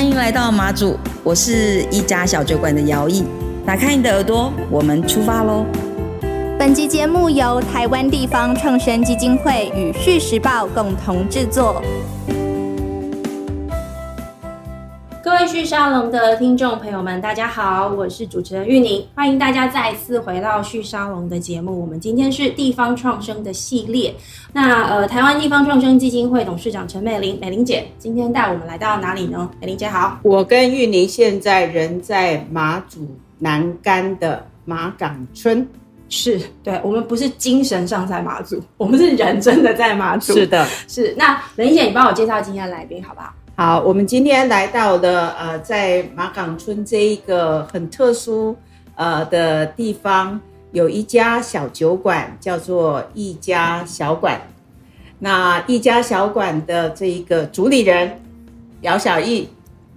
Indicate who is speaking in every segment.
Speaker 1: 迎来到马祖，我是一家小酒馆的姚毅。打开你的耳朵，我们出发喽！
Speaker 2: 本集节目由台湾地方创生基金会与《续时报》共同制作。
Speaker 3: 各位旭沙龙的听众朋友们，大家好，我是主持人玉宁，欢迎大家再次回到旭沙龙的节目。我们今天是地方创生的系列，那呃，台湾地方创生基金会董事长陈美玲，美玲姐今天带我们来到哪里呢？美玲姐好。
Speaker 4: 我跟玉宁现在人在马祖南干的马港村，
Speaker 3: 是对，我们不是精神上在马祖，我们是人真的在马祖。
Speaker 4: 的。
Speaker 3: 是，那美玲姐，你帮我介绍今天的来宾好不好？
Speaker 4: 好，我们今天来到了呃，在马港村这一个很特殊呃的地方，有一家小酒馆，叫做一家小馆。那一家小馆的这一个主理人姚小艺，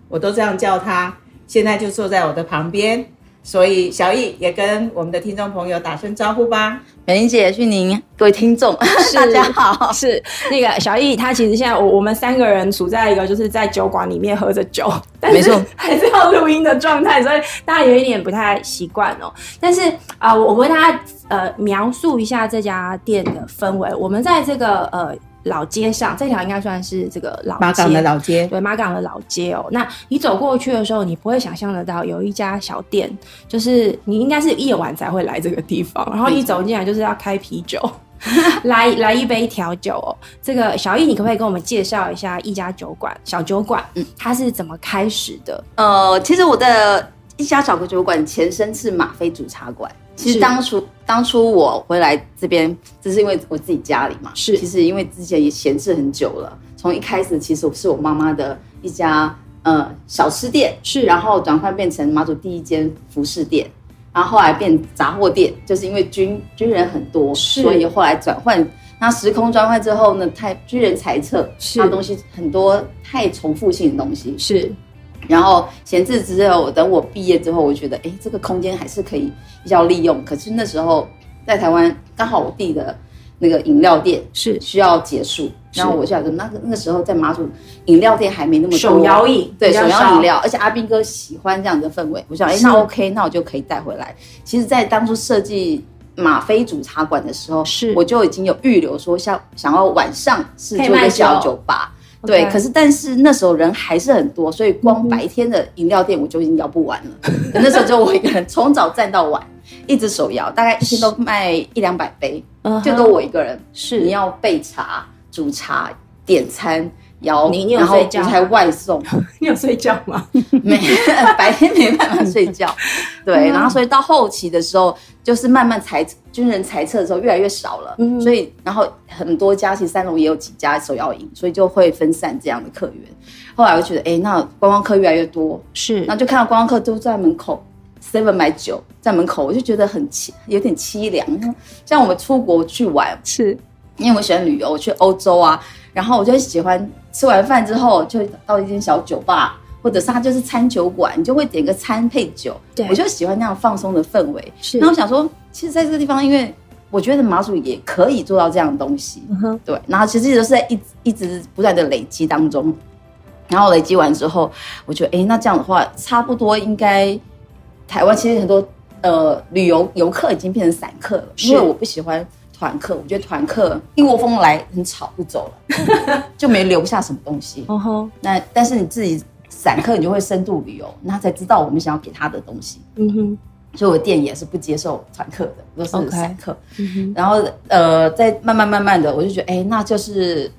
Speaker 4: 我都这样叫他，现在就坐在我的旁边，所以小艺也跟我们的听众朋友打声招呼吧。
Speaker 1: 美玲姐、去您各位听众， 大家好。
Speaker 3: 是那个小易，他其实现在我我们三个人处在一个就是在酒馆里面喝着酒，但
Speaker 1: 没
Speaker 3: 是
Speaker 1: 错
Speaker 3: 还是要录音的状态，所以大家有一点不太习惯哦。但是啊、呃我我跟大家呃描述一下这家店的氛围。我们在这个呃老街上，这条应该算是这个老街
Speaker 4: 马港的老街，
Speaker 3: 对马港的老街哦。那你走过去的时候，你不会想象得到有一家小店，就是你应该是夜晚才会来这个地方，然后一走进来就是要开啤酒。 来 来一杯调酒哦，这个小易，你可不可以跟我们介绍一下一家酒馆小酒馆，它是怎么开始的？
Speaker 5: 呃，其实我的一家小酒馆前身是马菲煮茶馆。其
Speaker 3: 是
Speaker 5: 实当初当初我回来这边，只是因为我自己家里嘛。
Speaker 3: 是
Speaker 5: 其实因为之前也闲置很久了，从一开始其实我是我妈妈的一家呃小吃店，
Speaker 3: 是
Speaker 5: 然后转换变成马祖第一间服饰店，然后后来变杂货店，就是因为军军人很多，
Speaker 3: 是
Speaker 5: 所以后来转换。那时空转换之后呢，太军人裁撤，
Speaker 3: 是
Speaker 5: 那东西很多太重复性的东西，
Speaker 3: 是
Speaker 5: 然后闲置之后，等我毕业之后，我觉得哎，诶这个空间还是可以要利用。可是那时候在台湾，刚好我弟的那个饮料店
Speaker 3: 是
Speaker 5: 需要结束，
Speaker 3: 是
Speaker 5: 然后我就想说，那个那个时候在马祖饮料店还没那么多
Speaker 3: 手摇饮，
Speaker 5: 对
Speaker 3: 比较
Speaker 5: 手
Speaker 3: 少
Speaker 5: 摇饮，料，而且阿斌哥喜欢这样的氛围，我想哎，诶
Speaker 3: 是
Speaker 5: 那 OK，那我就可以带回来。其实，在当初设计。马菲煮茶馆的时候，
Speaker 3: 是
Speaker 5: 我就已经有预留说想想要晚上是
Speaker 3: 可以
Speaker 5: 做一
Speaker 3: 卖
Speaker 5: 个小
Speaker 3: 酒
Speaker 5: 酒吧，对，
Speaker 3: OK
Speaker 5: 可是但是那时候人还是很多，所以
Speaker 3: 嗯哼
Speaker 5: 光白天的饮料店我就已经摇不完了。那时候就我一个人，从早站到晚，一直手摇，大概一天都卖一两百杯，
Speaker 3: 嗯哼
Speaker 5: 就都我一个人。
Speaker 3: 是
Speaker 5: 你要备茶、煮茶、点餐、摇，
Speaker 3: 你你有
Speaker 5: 然后
Speaker 3: 睡觉
Speaker 5: 我才外送，
Speaker 3: 你有睡觉吗？
Speaker 5: 没白天没办法睡 觉。对，
Speaker 3: 嗯
Speaker 5: 然后所以到后期的时候，就是慢慢裁军人裁撤的时候越来越少了，
Speaker 3: 嗯
Speaker 5: 所以然后很多家其实三龙也有几家首要营，所以就会分散这样的客源。后来我觉得，哎，那观光客越来越多，
Speaker 3: 是
Speaker 5: 然后就看到观光客都在门口 seven 买酒，在门口，我就觉得很凄，有点凄凉。 像我们出国去玩，
Speaker 3: 是
Speaker 5: 因为我喜欢旅游，我去欧洲啊，然后我就会喜欢吃完饭之后就到一间小酒吧，或者是它就是餐酒馆，你就会点个餐配酒，
Speaker 3: 对
Speaker 5: 我就喜欢那样放松的氛围。
Speaker 3: 是
Speaker 5: 那我想说，其实在这个地方，因为我觉得马祖也可以做到这样的东西，
Speaker 3: 嗯哼
Speaker 5: 对。然后其实也都是在一直一直不断的累积当中，然后累积完之后，我觉得，哎，那这样的话，差不多应该台湾其实很多呃旅游游客已经变成散客了，因为我不喜欢团客，我觉得团客一窝蜂来很吵，就走了， 就没留下什么东西。
Speaker 3: 哦吼，
Speaker 5: 那但是你自己散客，你就会深度旅游，那才知道我们想要给他的东西。
Speaker 3: 嗯哼，
Speaker 5: 所以我店也是不接受团客的，都是
Speaker 3: OK
Speaker 5: 散客。
Speaker 3: 嗯
Speaker 5: 然后呃，再慢慢慢慢的，我就觉得，哎，那就是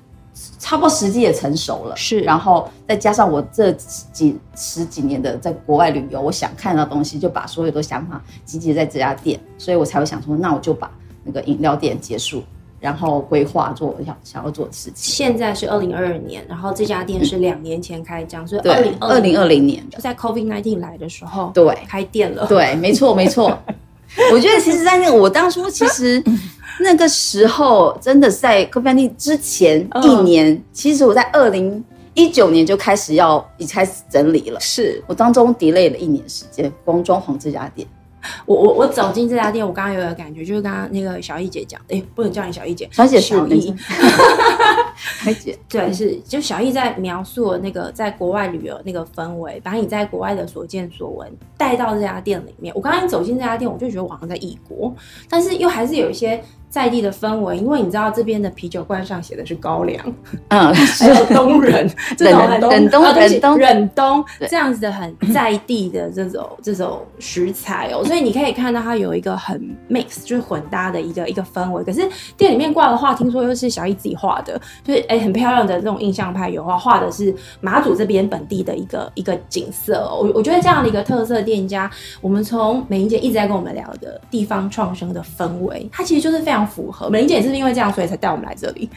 Speaker 5: 差不多时机也成熟了，
Speaker 3: 是
Speaker 5: 然后再加上我这几十几年的在国外旅游，我想看到的东西，就把所有的想法集结在这家店，所以我才会想说，那我就把那个饮料店结束，然后规划做我想想要做的事情。
Speaker 3: 现在是二零二二年，然后这家店是两年前开张，所以二
Speaker 5: 对
Speaker 3: 零，
Speaker 5: 二零二零年的，
Speaker 3: 就在 COVID nineteen 来的时候，
Speaker 5: 对
Speaker 3: 开店了，，
Speaker 5: 对，没错，没错。我觉得其实，在那个我当初其实那个时候，真的在 c o p e n 之前
Speaker 3: 嗯
Speaker 5: 一年，其实我在二零一九年就开始要已开始整理了。
Speaker 3: 是
Speaker 5: 我当中 delay 了一年时间，光装潢这家店，
Speaker 3: 我我我走进这家店，我刚刚有个感觉，就是刚刚那个小易姐讲，哎、不能叫你小易姐，
Speaker 5: 小姐是
Speaker 3: 小易，
Speaker 5: 小姐，
Speaker 3: 对，是就小易在描述的那个在国外旅游那个氛围，把你在国外的所见所闻带到这家店里面。我刚刚走进这家店，我就觉得我好像在异国，但是又还是有一些在地的氛围，因为你知道这边的啤酒罐上写的是高粱，
Speaker 5: 嗯，
Speaker 3: 还有 东人这种很
Speaker 5: 忍冬
Speaker 3: 啊对不起
Speaker 5: 忍冬
Speaker 3: 忍冬
Speaker 5: 对
Speaker 3: 这样子的很在地的这种这种食材哦，所以你可以看到它有一个很 mix 就是混搭的一个一个氛围。可是店里面挂的画，听说又是小易自己画的，就是哎、很漂亮的这种印象派油画，画的是马祖这边本地的一个一个景色、哦。我我觉得这样的一个特色店家，我们从美玲姐一直在跟我们聊的地方创生的氛围，它其实就是非常符合。美玲姐也是因为这样，所以才带我们来这里。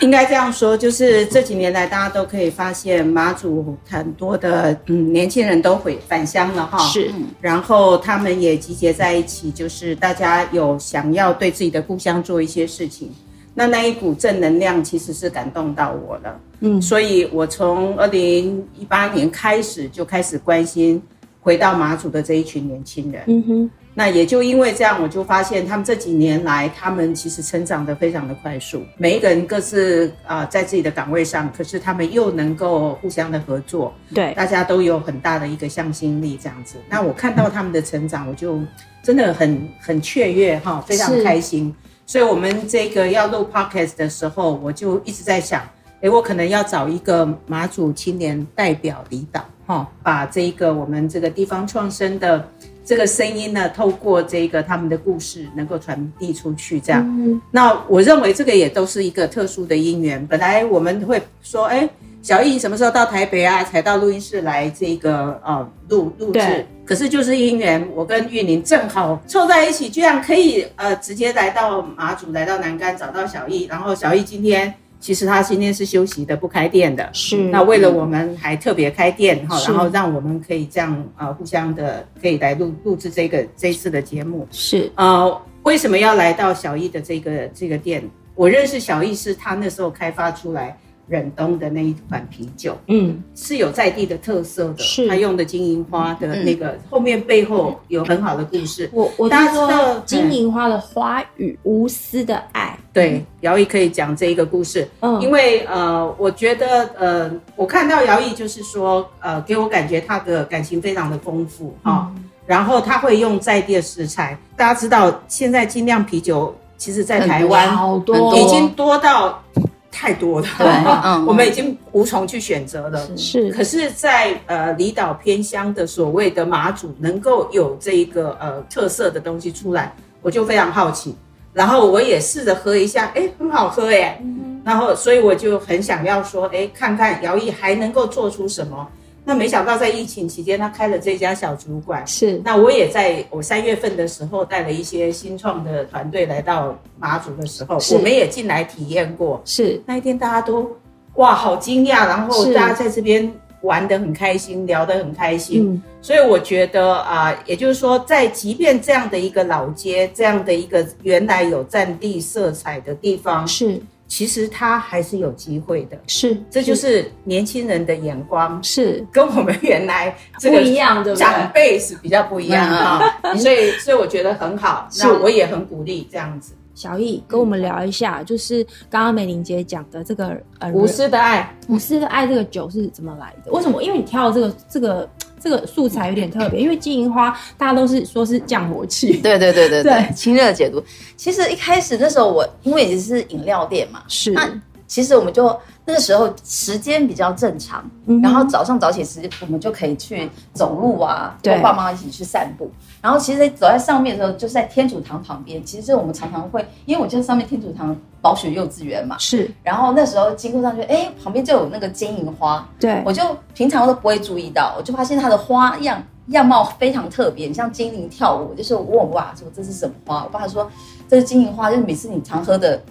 Speaker 4: 应该这样说，就是这几年来，大家都可以发现马祖很多的嗯年轻人都回返乡了
Speaker 5: 啊
Speaker 4: 哈，，
Speaker 5: 嗯
Speaker 4: 然后他们也集结在一起，就是大家有想要对自己的故乡做一些事情。那那一股正能量其实是感动到我了，
Speaker 3: 嗯
Speaker 4: 所以我从二零一八年开始就开始关心回到马祖的这一群年轻人。
Speaker 3: 嗯哼，
Speaker 4: 那也就因为这样，我就发现他们这几年来，他们其实成长得非常的快速，每一个人各自啊、呃在自己的岗位上，可是他们又能够互相的合作，
Speaker 3: 对，
Speaker 4: 大家都有很大的一个向心力这样子。那我看到他们的成长，我就真的很很雀跃哈，非常
Speaker 3: 是
Speaker 4: 开心。所以我们这个要录 podcast 的时候，我就一直在想，诶，我可能要找一个马祖青年代表离岛哈，把这一个我们这个地方创生的这个声音呢，透过这个他们的故事，能够传递出去这样。
Speaker 3: 嗯
Speaker 4: 那我认为这个也都是一个特殊的因缘。本来我们会说，哎，小易什么时候到台北啊？才到录音室来这个呃录录制
Speaker 3: 对。
Speaker 4: 可是就是因缘，我跟玉宁正好凑在一起，居然可以呃直接来到马祖，来到南竿找到小易。然后小易今天其实他今天是休息的，不开店的。
Speaker 3: 是
Speaker 4: 那为了我们还特别开店哈，
Speaker 3: 嗯是
Speaker 4: 然后让我们可以这样呃互相的可以来录录制这个这一次的节目。
Speaker 3: 是
Speaker 4: 呃，为什么要来到小易的这个这个店？我认识小易是他那时候开发出来忍冬的那一款啤酒，
Speaker 3: 嗯
Speaker 4: 是有在地的特色的，
Speaker 3: 是嗯
Speaker 4: 他用的金银花的那个、后面背后有很好的故事。
Speaker 3: 我我大
Speaker 4: 大
Speaker 3: 家
Speaker 4: 家知道
Speaker 3: 说金银花的花语，无私的爱，
Speaker 4: 对，姚毅可以讲这一个故事，
Speaker 3: 嗯，
Speaker 4: 因为呃，我觉得呃，我看到姚毅就是说呃，给我感觉他的感情非常的丰富哈。
Speaker 5: 嗯
Speaker 4: 然后他会用在地的食材，大家知道现在精酿啤酒其实在
Speaker 5: 很
Speaker 4: 台
Speaker 5: 多
Speaker 4: 湾
Speaker 3: 好
Speaker 5: 很
Speaker 3: 多
Speaker 5: 多
Speaker 4: 已经多到太多了，
Speaker 5: 对嗯
Speaker 4: 我们已经无从去选择了。
Speaker 3: 是
Speaker 4: 可是在，呃离岛偏乡的所谓的马祖，能够有这一个呃特色的东西出来，我就非常好奇。然后我也试着喝一下，哎，很好喝哎。
Speaker 3: 嗯
Speaker 4: 然后，所以我就很想要说，哎，看看姚毅还能够做出什么。那没想到在疫情期间，他开了这家小主管，
Speaker 3: 是
Speaker 4: 那我也在我三月份的时候带了一些新创的团队来到马祖的时候，
Speaker 3: 是
Speaker 4: 我们也进来体验过。
Speaker 3: 是
Speaker 4: 那一天大家都哇好惊讶，然后
Speaker 3: 是
Speaker 4: 大家在这边玩得很开心，聊得很开心。
Speaker 3: 嗯
Speaker 4: 所以我觉得啊、也就是说，在即便这样的一个老街，这样的一个原来有占地色彩的地方，
Speaker 3: 嗯是
Speaker 4: 其实它还是有机会的。
Speaker 3: 是，
Speaker 4: 这就是年轻人的眼光，
Speaker 3: 是
Speaker 4: 跟我们原来这
Speaker 3: 不
Speaker 4: 个
Speaker 3: 一样，对不
Speaker 4: 长
Speaker 3: 对？
Speaker 4: 辈是比较不一样的啊、所以所以我觉得很好，
Speaker 3: 是
Speaker 4: 那我也很鼓励这样子，
Speaker 3: 小易跟我们聊一下，就是刚刚美玲姐讲的这个呃
Speaker 4: 无私的爱，
Speaker 3: 无私的爱这个酒是怎么来的？为什么？因为你挑的这个这个这个素材有点特别，因为金银花大家都是说是降火气，
Speaker 5: 对对对对对
Speaker 3: 对，
Speaker 5: 清热解毒。其实一开始那时候我因为也是饮料店嘛，
Speaker 3: 是嗯
Speaker 5: 那其实我们就那个时候时间比较正常，
Speaker 3: 嗯哼
Speaker 5: 然后早上早起时间我们就可以去走路啊，
Speaker 3: 对
Speaker 5: 跟爸妈一起去散步。然后其实走在上面的时候，就是在天主堂旁边，其实我们常常会，因为我就在上面天主堂保雪幼稚园嘛，
Speaker 3: 是
Speaker 5: 然后那时候经过上去，哎，旁边就有那个金银花，
Speaker 3: 对
Speaker 5: 我就平常都不会注意到，我就发现它的花样样貌非常特别，像精灵跳舞。就是我问我爸说这是什么花，我爸说这是金银花，就是每次你常喝的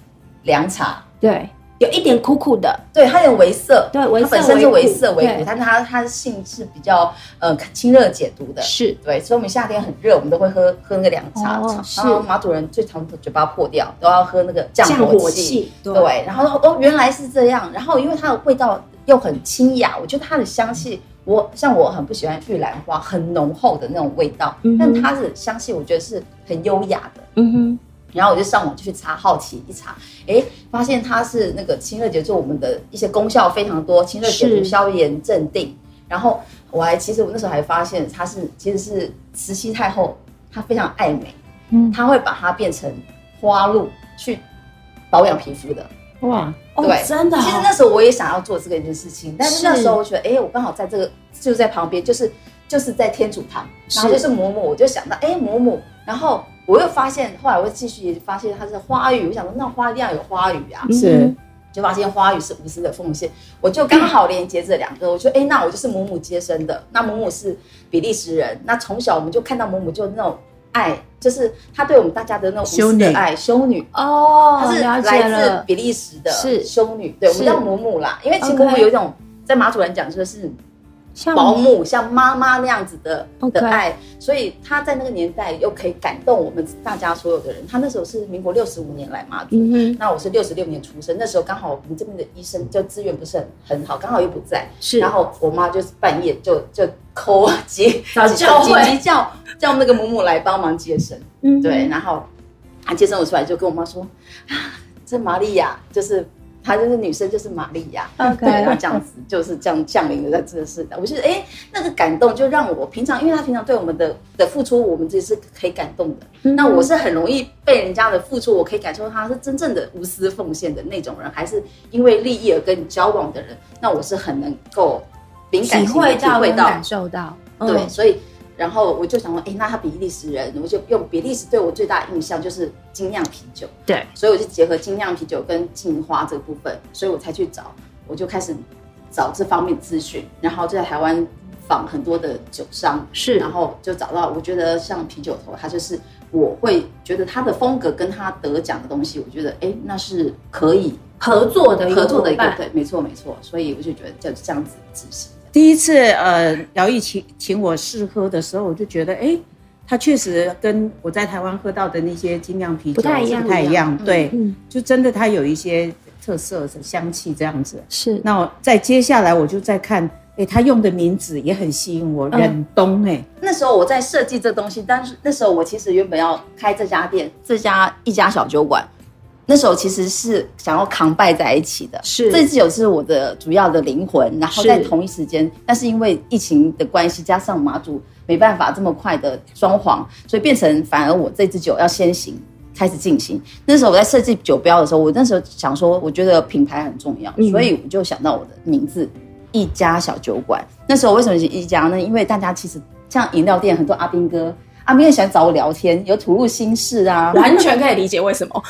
Speaker 5: 凉茶，
Speaker 3: 对，有一点苦苦的，
Speaker 5: 对，它有微涩，
Speaker 3: 对微涩
Speaker 5: 它本身就微涩
Speaker 3: 微
Speaker 5: 微
Speaker 3: 苦
Speaker 5: 苦，
Speaker 3: 对
Speaker 5: 但是它它的性质比较呃清热解毒的。
Speaker 3: 是
Speaker 5: 对，所以我们夏天很热，我们都会喝喝那个凉茶。
Speaker 3: 哦是
Speaker 5: 然后马主人最常嘴巴破掉，都要喝那个降
Speaker 3: 降
Speaker 5: 火
Speaker 3: 火
Speaker 5: 气。
Speaker 3: 气，对
Speaker 5: 对，然后哦，原来是这样。然后因为它的味道又很清雅，我觉得它的香气我像我很不喜欢玉兰花很浓厚的那种味道，
Speaker 3: 嗯哼
Speaker 5: 但它的香气我觉得是很优雅的。
Speaker 3: 嗯哼，
Speaker 5: 然后我就上网去查，好奇一查，哎，发现它是那个清热解毒，我们的一些功效非常多，清热解毒、
Speaker 3: 是
Speaker 5: 消炎、镇定。然后我还其实我那时候还发现它是其实是慈禧太后，她非常爱美，
Speaker 2: 嗯
Speaker 5: 她会把它变成花露去保养皮肤的。
Speaker 4: 哇，
Speaker 3: 哦
Speaker 5: 对，
Speaker 3: 真的哦
Speaker 5: 其实那时候我也想要做这个一件事情，但是那
Speaker 3: 是
Speaker 5: 时候我觉得，哎、我刚好在这个就在旁边，就是就是在天主堂，
Speaker 3: 是
Speaker 5: 然后就是母母，我就想到，哎、母母，然后我又发现，后来我继续发现它是花语，我想说那花一定要有花语啊，
Speaker 4: 嗯是
Speaker 5: 就发现花语是无私的奉献，我就刚好连接这两个，我觉得，哎、那我就是母母接生的，那母母是比利时人，那从小我们就看到母母就那种爱，就是她对我们大家的那种无私的
Speaker 4: 修女
Speaker 5: 爱，修女
Speaker 3: 哦，
Speaker 5: 她是
Speaker 3: 了解
Speaker 5: 来自
Speaker 3: 了，
Speaker 5: 比利时的
Speaker 3: 是
Speaker 5: 修女，对我们
Speaker 3: 是
Speaker 5: 叫母母啦，因为其实母母
Speaker 3: OK
Speaker 5: 有一种在马祖人讲说是
Speaker 3: 像
Speaker 5: 保姆，像妈妈那样子的
Speaker 3: OK
Speaker 5: 的爱，所以她在那个年代又可以感动我们大家所有的人。她那时候是民国六十五年来马祖。
Speaker 3: 嗯哼，
Speaker 5: 那我是六十六年出生，那时候刚好我们这边的医生就资源不是很很好，刚好又不在，
Speaker 3: 是
Speaker 5: 然后我妈就是半夜就就抠急
Speaker 3: 找教会
Speaker 5: 急急叫叫那个母母来帮忙接生，
Speaker 3: 嗯
Speaker 5: 对，然后啊，接生我出来就跟我妈说啊，这玛利亚就是她就是女生就是玛利亚， 对，然后
Speaker 3: ，OK，
Speaker 5: 这样子就是这样降临的在这世的，我觉得哎，那个感动就让我平常，因为她平常对我们的的付出，我们自己是可以感动的。那我是很容易被人家的付出，我可以感受他是真正的无私奉献的那种人，还是因为利益而跟你交往的人，那我是很能够敏感
Speaker 3: 体
Speaker 5: 性地
Speaker 3: 会
Speaker 5: 体
Speaker 3: 到，
Speaker 5: 会
Speaker 3: 跟
Speaker 5: 到，
Speaker 3: 感受到，嗯
Speaker 5: 对，所以然后我就想说，哎，那他比利时人，我就用比利时对我最大的印象就是精酿啤酒，
Speaker 3: 对，
Speaker 5: 所以我就结合精酿啤酒跟金银花这个部分，所以我才去找，我就开始找这方面资讯，然后就在台湾访很多的酒商，
Speaker 3: 是
Speaker 5: 然后就找到，我觉得像啤酒头，他就是我会觉得他的风格跟他得奖的东西，我觉得哎，那是可以
Speaker 3: 合作的一个
Speaker 5: 合作的一
Speaker 3: 伙
Speaker 5: 个
Speaker 3: 伴
Speaker 5: 对，没错没错，所以我就觉得就这样子执行。
Speaker 4: 第一次呃，姚毅请请我试喝的时候，我就觉得，哎，它确实跟我在台湾喝到的那些精酿啤酒
Speaker 3: 不太一样
Speaker 4: 是不太一样，
Speaker 5: 嗯
Speaker 4: 对，
Speaker 3: 嗯
Speaker 4: 就真的它有一些特色的香气这样子。
Speaker 3: 是
Speaker 4: 那我再接下来我就再看，哎，他用的名字也很吸引我，
Speaker 3: 嗯
Speaker 4: 忍冬，哎，
Speaker 5: 那时候我在设计这东西，但是那时候我其实原本要开这家店，这家一家小酒馆，那时候其实是想要扛拜在一起的。
Speaker 3: 是
Speaker 5: 这酒是我的主要的灵魂，然后在
Speaker 3: 是
Speaker 5: 同一时间，但是因为疫情的关系，加上马祖没办法这么快的装潢，所以变成反而我这支酒要先行开始进行。那时候我在设计酒标的时候，我那时候想说，我觉得品牌很重要，
Speaker 3: 嗯
Speaker 5: 所以我就想到我的名字“一家小酒馆”。那时候为什么是一家呢？因为大家其实像饮料店很多阿兵哥，阿兵哥喜欢找我聊天，有吐露心事啊，
Speaker 3: 完全可以理解为 什么，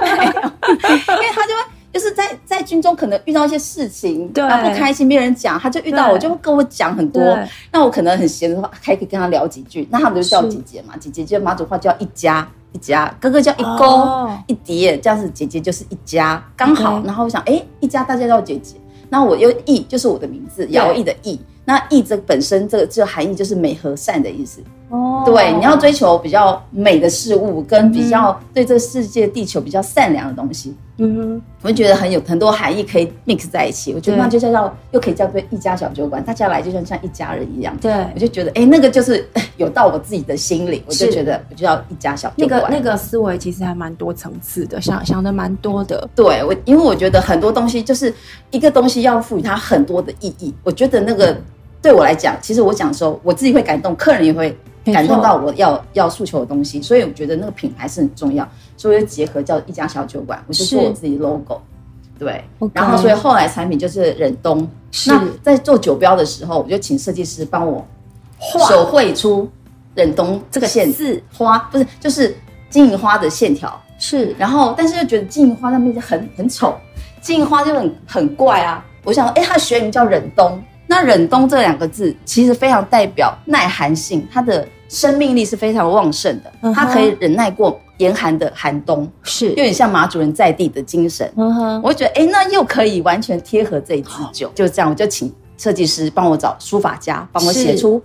Speaker 5: 因为他就会就是在在军中可能遇到一些事情，
Speaker 3: 对
Speaker 5: 然后不开心，没人讲，他就遇到
Speaker 3: 对
Speaker 5: 我，就会跟我讲很多。那我可能很闲的话，还可以跟他聊几句。那他们就叫姐姐嘛，姐姐就马祖话叫一家一家，哥哥叫一公、
Speaker 3: 哦嗯
Speaker 5: 一碟，这样子姐姐就是一家，刚好。
Speaker 3: OK
Speaker 5: 然后我想，哎，一家大家叫姐姐，那我又义就是我的名字，姚义的义。那义这本身这个这个含义就是美和善的意思。
Speaker 3: 哦
Speaker 5: 对，你要追求比较美的事物，跟比较对这个世界地球比较善良的东西。
Speaker 3: 嗯哼，
Speaker 5: 我就觉得很有很多含义可以 mix 在一起，我觉得
Speaker 3: 对
Speaker 5: 那就叫叫又可以叫做一家小酒馆，大家来就像像一家人一样。
Speaker 3: 对
Speaker 5: 我，就觉得，哎、那个就是 哎有到我自己的心里，我就是觉得我就要一家小
Speaker 3: 那
Speaker 5: 酒馆。
Speaker 3: 个那个思维其实还蛮多层次的，想想的蛮多的，
Speaker 5: 对我，因为我觉得很多东西就是一个东西要赋予它很多的意义。我觉得那个对我来讲，其实我讲的时候，我自己会感动，客人也会
Speaker 3: 没错
Speaker 5: 感动到我要要诉求的东西，所以我觉得那个品牌是很重要，所以我就结合叫一家小酒馆，我就是做我自己 logo。对
Speaker 3: OK
Speaker 5: 然后所以后来产品就是忍冬。
Speaker 3: 是
Speaker 5: 那在做酒标的时候，我就请设计师帮我手绘出忍冬这个线
Speaker 3: 字
Speaker 5: 花，不是就是金银花的线条。
Speaker 3: 是
Speaker 5: 然后但是又觉得金银花那边就很很丑，金银花就很很怪啊。我想说，哎，它的学名叫忍冬，那忍冬这两个字其实非常代表耐寒性，它的生命力是非常旺盛的，
Speaker 3: 嗯哼
Speaker 5: 它可以忍耐过严寒的寒冬，
Speaker 3: 是
Speaker 5: 有，点像马主人在地的精神。
Speaker 3: 嗯哼，
Speaker 5: 我就觉得，哎，那又可以完全贴合这一支酒，就这样，我就请设计师帮我找书法家，帮我写
Speaker 3: 是
Speaker 5: 出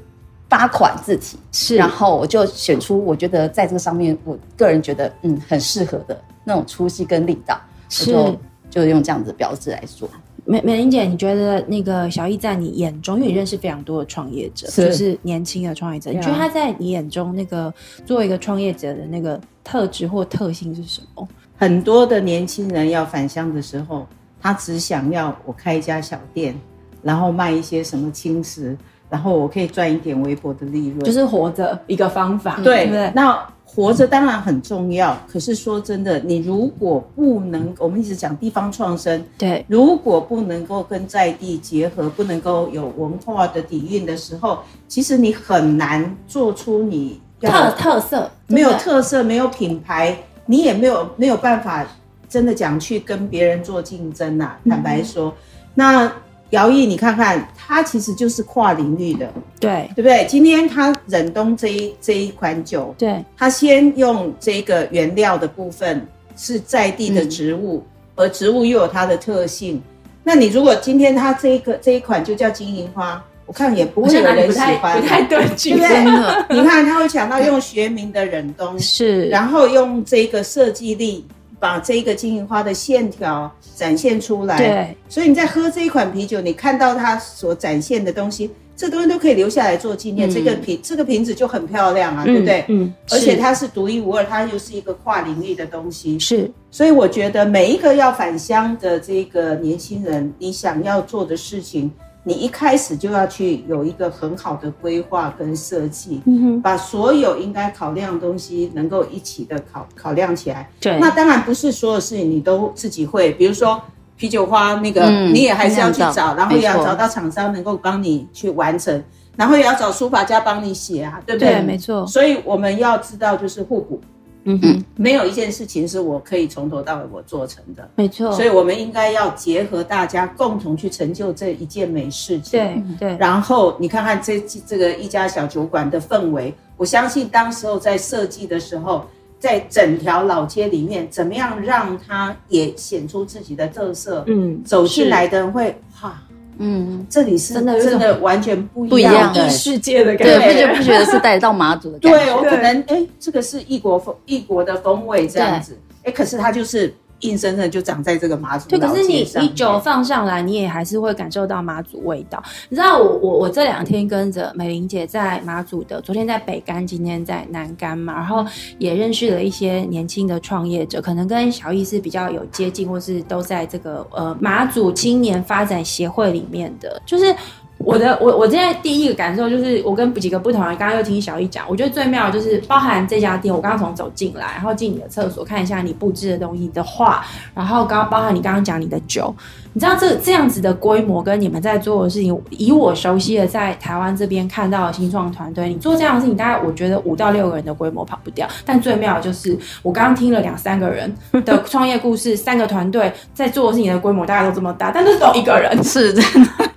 Speaker 5: 八款字体。
Speaker 3: 是
Speaker 5: 然后我就选出我觉得在这个上面，我个人觉得嗯很适合的那种粗细跟力道，我
Speaker 3: 是
Speaker 5: 就就用这样子的标志来做。
Speaker 3: 美美玲姐，你觉得那个小易在你眼中，因为你认识非常多的创业者，
Speaker 5: 是
Speaker 3: 就是年轻的创业者，你
Speaker 4: 啊
Speaker 3: 觉得他在你眼中那个作为一个创业者的那个特质或特性是什么？
Speaker 4: 很多的年轻人要返乡的时候，他只想要我开一家小店，然后卖一些什么轻食，然后我可以赚一点微薄的利润。
Speaker 3: 就是活着一个方法，
Speaker 4: 对，
Speaker 3: 不嗯对？
Speaker 4: 那活着当然很重要，可是说真的，你如果不能，我们一直讲地方创生，
Speaker 3: 对，
Speaker 4: 如果不能够跟在地结合，不能够有文化的底蕴的时候，其实你很难做出你要
Speaker 3: 特特色
Speaker 4: 没有
Speaker 3: 对不对
Speaker 4: 特色，没有品牌，你也没有没有办法真的讲去跟别人做竞争呐、
Speaker 3: 嗯
Speaker 4: 坦白说，那姚毅，你看看他其实就是跨领域的，
Speaker 3: 对
Speaker 4: 对不对？今天他忍冬这一这一款酒，
Speaker 3: 对
Speaker 4: 他先用这个原料的部分是在地
Speaker 3: 嗯
Speaker 4: 的植物，而植物又有它的特性。那你如果今天它这一个这一款就叫金银花，我看也不
Speaker 3: 我
Speaker 4: 会有
Speaker 3: 现在
Speaker 4: 人
Speaker 3: 不
Speaker 4: 喜
Speaker 3: 太
Speaker 4: 欢
Speaker 3: 不，太对
Speaker 4: 对
Speaker 3: 劲
Speaker 4: 不，对
Speaker 5: 真？的
Speaker 4: 你看他会想到用学名的忍冬，
Speaker 3: 是，
Speaker 4: 然后用这个设计力把这个金银花的线条展现出来。
Speaker 3: 对，
Speaker 4: 所以你在喝这一款啤酒，你看到它所展现的东西，这东西都可以留下来做纪念。
Speaker 5: 嗯
Speaker 4: 这个瓶这个瓶子就很漂亮啊，
Speaker 3: 嗯
Speaker 4: 对不对？
Speaker 3: 嗯，
Speaker 4: 而且
Speaker 3: 是
Speaker 4: 它是独一无二，它又是一个跨领域的东西。
Speaker 3: 是
Speaker 4: 所以我觉得每一个要返乡的这个年轻人，你想要做的事情，你一开始就要去有一个很好的规划跟设计，
Speaker 3: 嗯哼，
Speaker 4: 把所有应该考量的东西能够一起的考考量起来。
Speaker 3: 对
Speaker 4: 那当然不是所有事情你都自己会，比如说啤酒花那个，
Speaker 5: 嗯
Speaker 4: 你也还是要
Speaker 5: 一
Speaker 4: 去
Speaker 5: 样
Speaker 4: 找，
Speaker 5: 的
Speaker 4: 然后也要
Speaker 5: 没错
Speaker 4: 找到厂商能够帮你去完成，然后也要找书法家帮你写啊，对不对？
Speaker 3: 对，没错，
Speaker 4: 所以我们要知道就是互补，
Speaker 3: 嗯哼，
Speaker 4: 没有一件事情是我可以从头到尾我做成的，
Speaker 3: 没错，
Speaker 4: 所以我们应该要结合大家共同去成就这一件美事情。
Speaker 3: 对对
Speaker 4: 然后你看看这这个一家小酒馆的氛围，我相信当时候在设计的时候，在整条老街里面，怎么样让它也显出自己的特色？
Speaker 3: 嗯
Speaker 4: 走进来的人会哇，
Speaker 5: 嗯，
Speaker 4: 这里是
Speaker 3: 真的有一种
Speaker 4: 真的完全不
Speaker 5: 不
Speaker 4: 一
Speaker 5: 一
Speaker 4: 样
Speaker 5: 样
Speaker 4: 的
Speaker 5: 的
Speaker 3: 异。世界的 感
Speaker 5: 对，不
Speaker 3: 觉，
Speaker 5: 觉不觉得是带到马祖的感
Speaker 4: 对
Speaker 5: 觉，，
Speaker 4: 我可能哎，这个是异国风异国的风味这样子，哎，可是它就是硬生生就长在这个马祖
Speaker 3: 对，
Speaker 4: 老
Speaker 3: 可是你
Speaker 4: 街上
Speaker 3: 你酒放上来，你也还是会感受到马祖味道。你知道我我我这两天跟着美玲姐在马祖的，昨天在北干，今天在南干嘛，然后也认识了一些年轻的创业者，可能跟小易是比较有接近，或是都在这个呃马祖青年发展协会里面的，就是。我的我我现在第一个感受就是，我跟几个不同人，刚刚又听小易讲，我觉得最妙的就是包含这家店，我刚刚从走进来，然后进你的厕所看一下你布置的东西你的画，然后刚包含你刚刚讲你的酒，你知道这这样子的规模跟你们在做的事情，以我熟悉的在台湾这边看到的新创团队，你做这样的事情，大概我觉得五到六个人的规模跑不掉。但最妙的就是我刚刚听了两三个人的创业故事，三个团队在做的事情的规模大概都这么大，但是都一个人
Speaker 5: 是真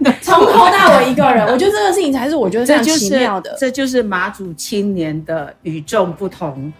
Speaker 5: 的，
Speaker 3: 从头到尾一个人。我觉得这个事情才是我觉得非
Speaker 4: 这
Speaker 3: 常
Speaker 4: 就
Speaker 3: 奇
Speaker 4: 是
Speaker 3: 妙的。
Speaker 4: 这就是马祖青年的与众不同，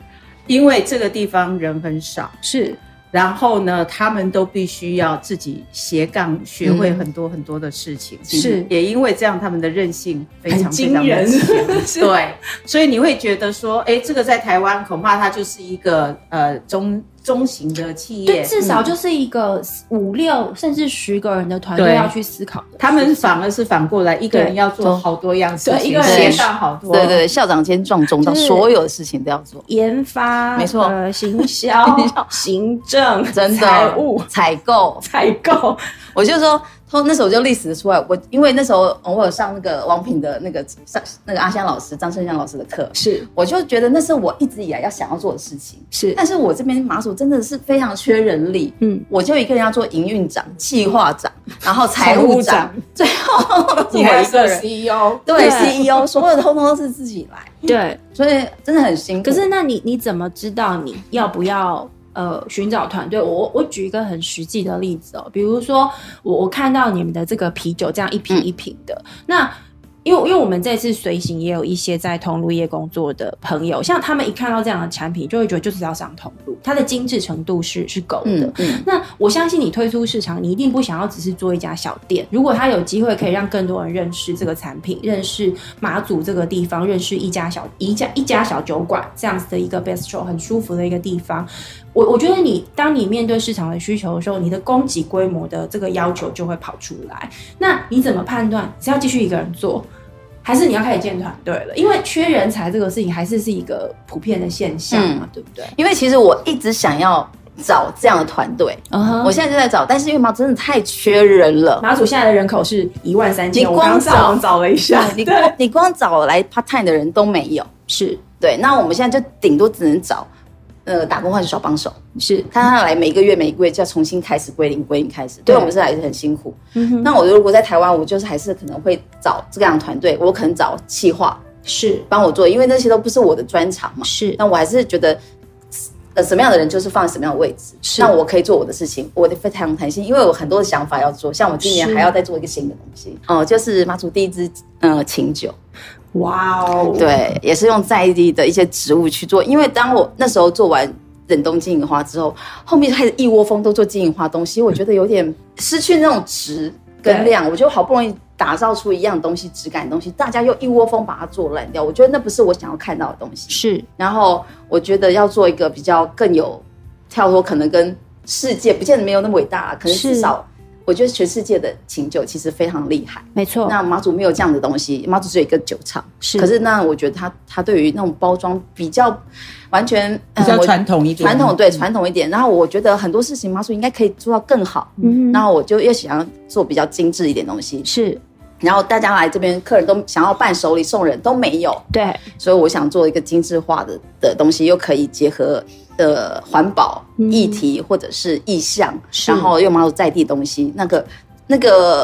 Speaker 4: 因为这个地方人很少，
Speaker 3: 是
Speaker 4: 然后呢，他们都必须要自己斜杠学会很多很多的事情，
Speaker 3: 嗯是
Speaker 4: 也因为这样，他们的韧性非常
Speaker 3: 很
Speaker 4: 非
Speaker 3: 惊
Speaker 4: 常的
Speaker 3: 人
Speaker 4: 强。
Speaker 3: 是
Speaker 4: 对，所以你会觉得说，哎，这个在台湾恐怕它就是一个呃中中型的企
Speaker 3: 对，
Speaker 4: 业，
Speaker 3: 至少就是一个五六甚至十个人的团队
Speaker 4: 对
Speaker 3: 要去思考的事情。
Speaker 4: 他们反而是反过来，一个人
Speaker 3: 对
Speaker 4: 要做好多样事情，
Speaker 3: 对一个人
Speaker 4: 斜杠好多，
Speaker 5: 对对对，校长兼撞钟到
Speaker 3: 就是
Speaker 5: 所有的事情都要做，
Speaker 3: 研发，
Speaker 5: 没错
Speaker 3: 呃，行销、行政、
Speaker 5: 真的
Speaker 3: 财务、
Speaker 5: 采购，
Speaker 3: 采购，
Speaker 5: 我就说，通那时候我就历史出来，我因为那时候呃我有上那个王品的那个上那个阿香老师张胜香老师的课，
Speaker 3: 是
Speaker 5: 我就觉得那是我一直以来要想要做的事情。
Speaker 3: 是，
Speaker 5: 但是我这边马祖真的是非常缺人力，
Speaker 3: 嗯，
Speaker 5: 我就一个人要做营运长、企划长，然后财务长，最后都是
Speaker 4: 你
Speaker 5: 我
Speaker 4: 还
Speaker 5: 一个
Speaker 4: 是
Speaker 5: 人，
Speaker 4: CEO，
Speaker 5: 对
Speaker 3: 对
Speaker 5: CEO，所有的通通都是自己来，
Speaker 3: 对。
Speaker 5: 所以真的很辛苦。
Speaker 3: 可是，那你你怎么知道你要不要？呃，寻找团队，我我举一个很实际的例子哦，比如说我我看到你们的这个啤酒这样一瓶一瓶的，那因为因为我们这次随行也有一些在通路业工作的朋友，像他们一看到这样的产品，就会觉得就是要上通路，它的精致程度是是够的。
Speaker 5: 嗯嗯，
Speaker 3: 那我相信你推出市场，你一定不想要只是做一家小店。如果它有机会可以让更多人认识这个产品，认识马祖这个地方，认识一家小一家一家小酒馆这样子的一个 bistro，很舒服的一个地方，我我我觉得你当你面对市场的需求的时候，你的供给规模的这个要求就会跑出来。那你怎么判断是要继续一个人做，还是你要开始建团队了？因为缺人才这个事情还是是一个普遍的现象嘛，对不对？
Speaker 5: 因为其实我一直想要找这样的团队，
Speaker 3: 嗯哼
Speaker 5: 我现在就在找，但是因为嘛，真的太缺人了。
Speaker 3: 马祖现在的人口是一万三千，
Speaker 5: 你
Speaker 3: 我刚刚
Speaker 5: 光
Speaker 3: 上网找了一下，
Speaker 5: 哦你光你光找来 part time 的人都没有，
Speaker 3: 是
Speaker 5: 对，那我们现在就顶多只能找呃打工换宿小帮手，
Speaker 3: 是，
Speaker 5: 看他来每个月每个月就要重新开始归零归零开始，对
Speaker 3: 对
Speaker 5: 我们是还是很辛苦。
Speaker 3: 嗯哼，
Speaker 5: 那我如果在台湾，我就是还是可能会找这样的团队，我可能找企划
Speaker 3: 是
Speaker 5: 帮我做，因为那些都不是我的专长嘛。
Speaker 3: 是
Speaker 5: 但我还是觉得，呃，什么样的人就是放在什么样的位置，
Speaker 3: 是
Speaker 5: 那我可以做我的事情，我的非常弹性，因为我很多的想法要做，像我今年
Speaker 3: 是
Speaker 5: 还要再做一个新的东西，哦、就是马祖第一支呃琴酒，
Speaker 3: 哇哦，，
Speaker 5: 对，也是用在地的一些植物去做，因为当我那时候做完。冷冻金银花之后，后面开始一窝蜂都做金银花东西，我觉得有点失去那种质跟
Speaker 3: 对
Speaker 5: 量。我觉得好不容易打造出一样东西、质感的东西，大家又一窝蜂把它做烂掉，我觉得那不是我想要看到的东西。
Speaker 3: 是
Speaker 5: 然后我觉得要做一个比较更有跳脱，可能跟世界不见得没有那么伟大，可能
Speaker 3: 是
Speaker 5: 至少我觉得全世界的琴酒其实非常厉害。
Speaker 3: 没
Speaker 4: 哦
Speaker 3: 错，
Speaker 5: 那马祖没有这样的东西，马祖只有一个酒厂，
Speaker 3: 是
Speaker 5: 可是那我觉得他他对于那种包装比较完全呃
Speaker 4: 比较
Speaker 5: 我
Speaker 4: 传统一点，
Speaker 5: 传统对传统一点。然后我觉得很多事情马祖应该可以做到更好，
Speaker 3: 嗯
Speaker 5: 然后我就越想要做比较精致一点东西。
Speaker 3: 是
Speaker 5: 然后大家来这边，客人都想要伴手礼送人都没有，
Speaker 3: 对
Speaker 5: 所以我想做一个精致化的的东西，又可以结合呃环保
Speaker 3: 嗯
Speaker 5: 议题或者是意向，
Speaker 3: 是
Speaker 5: 然后又蛮有在地东西。那个那个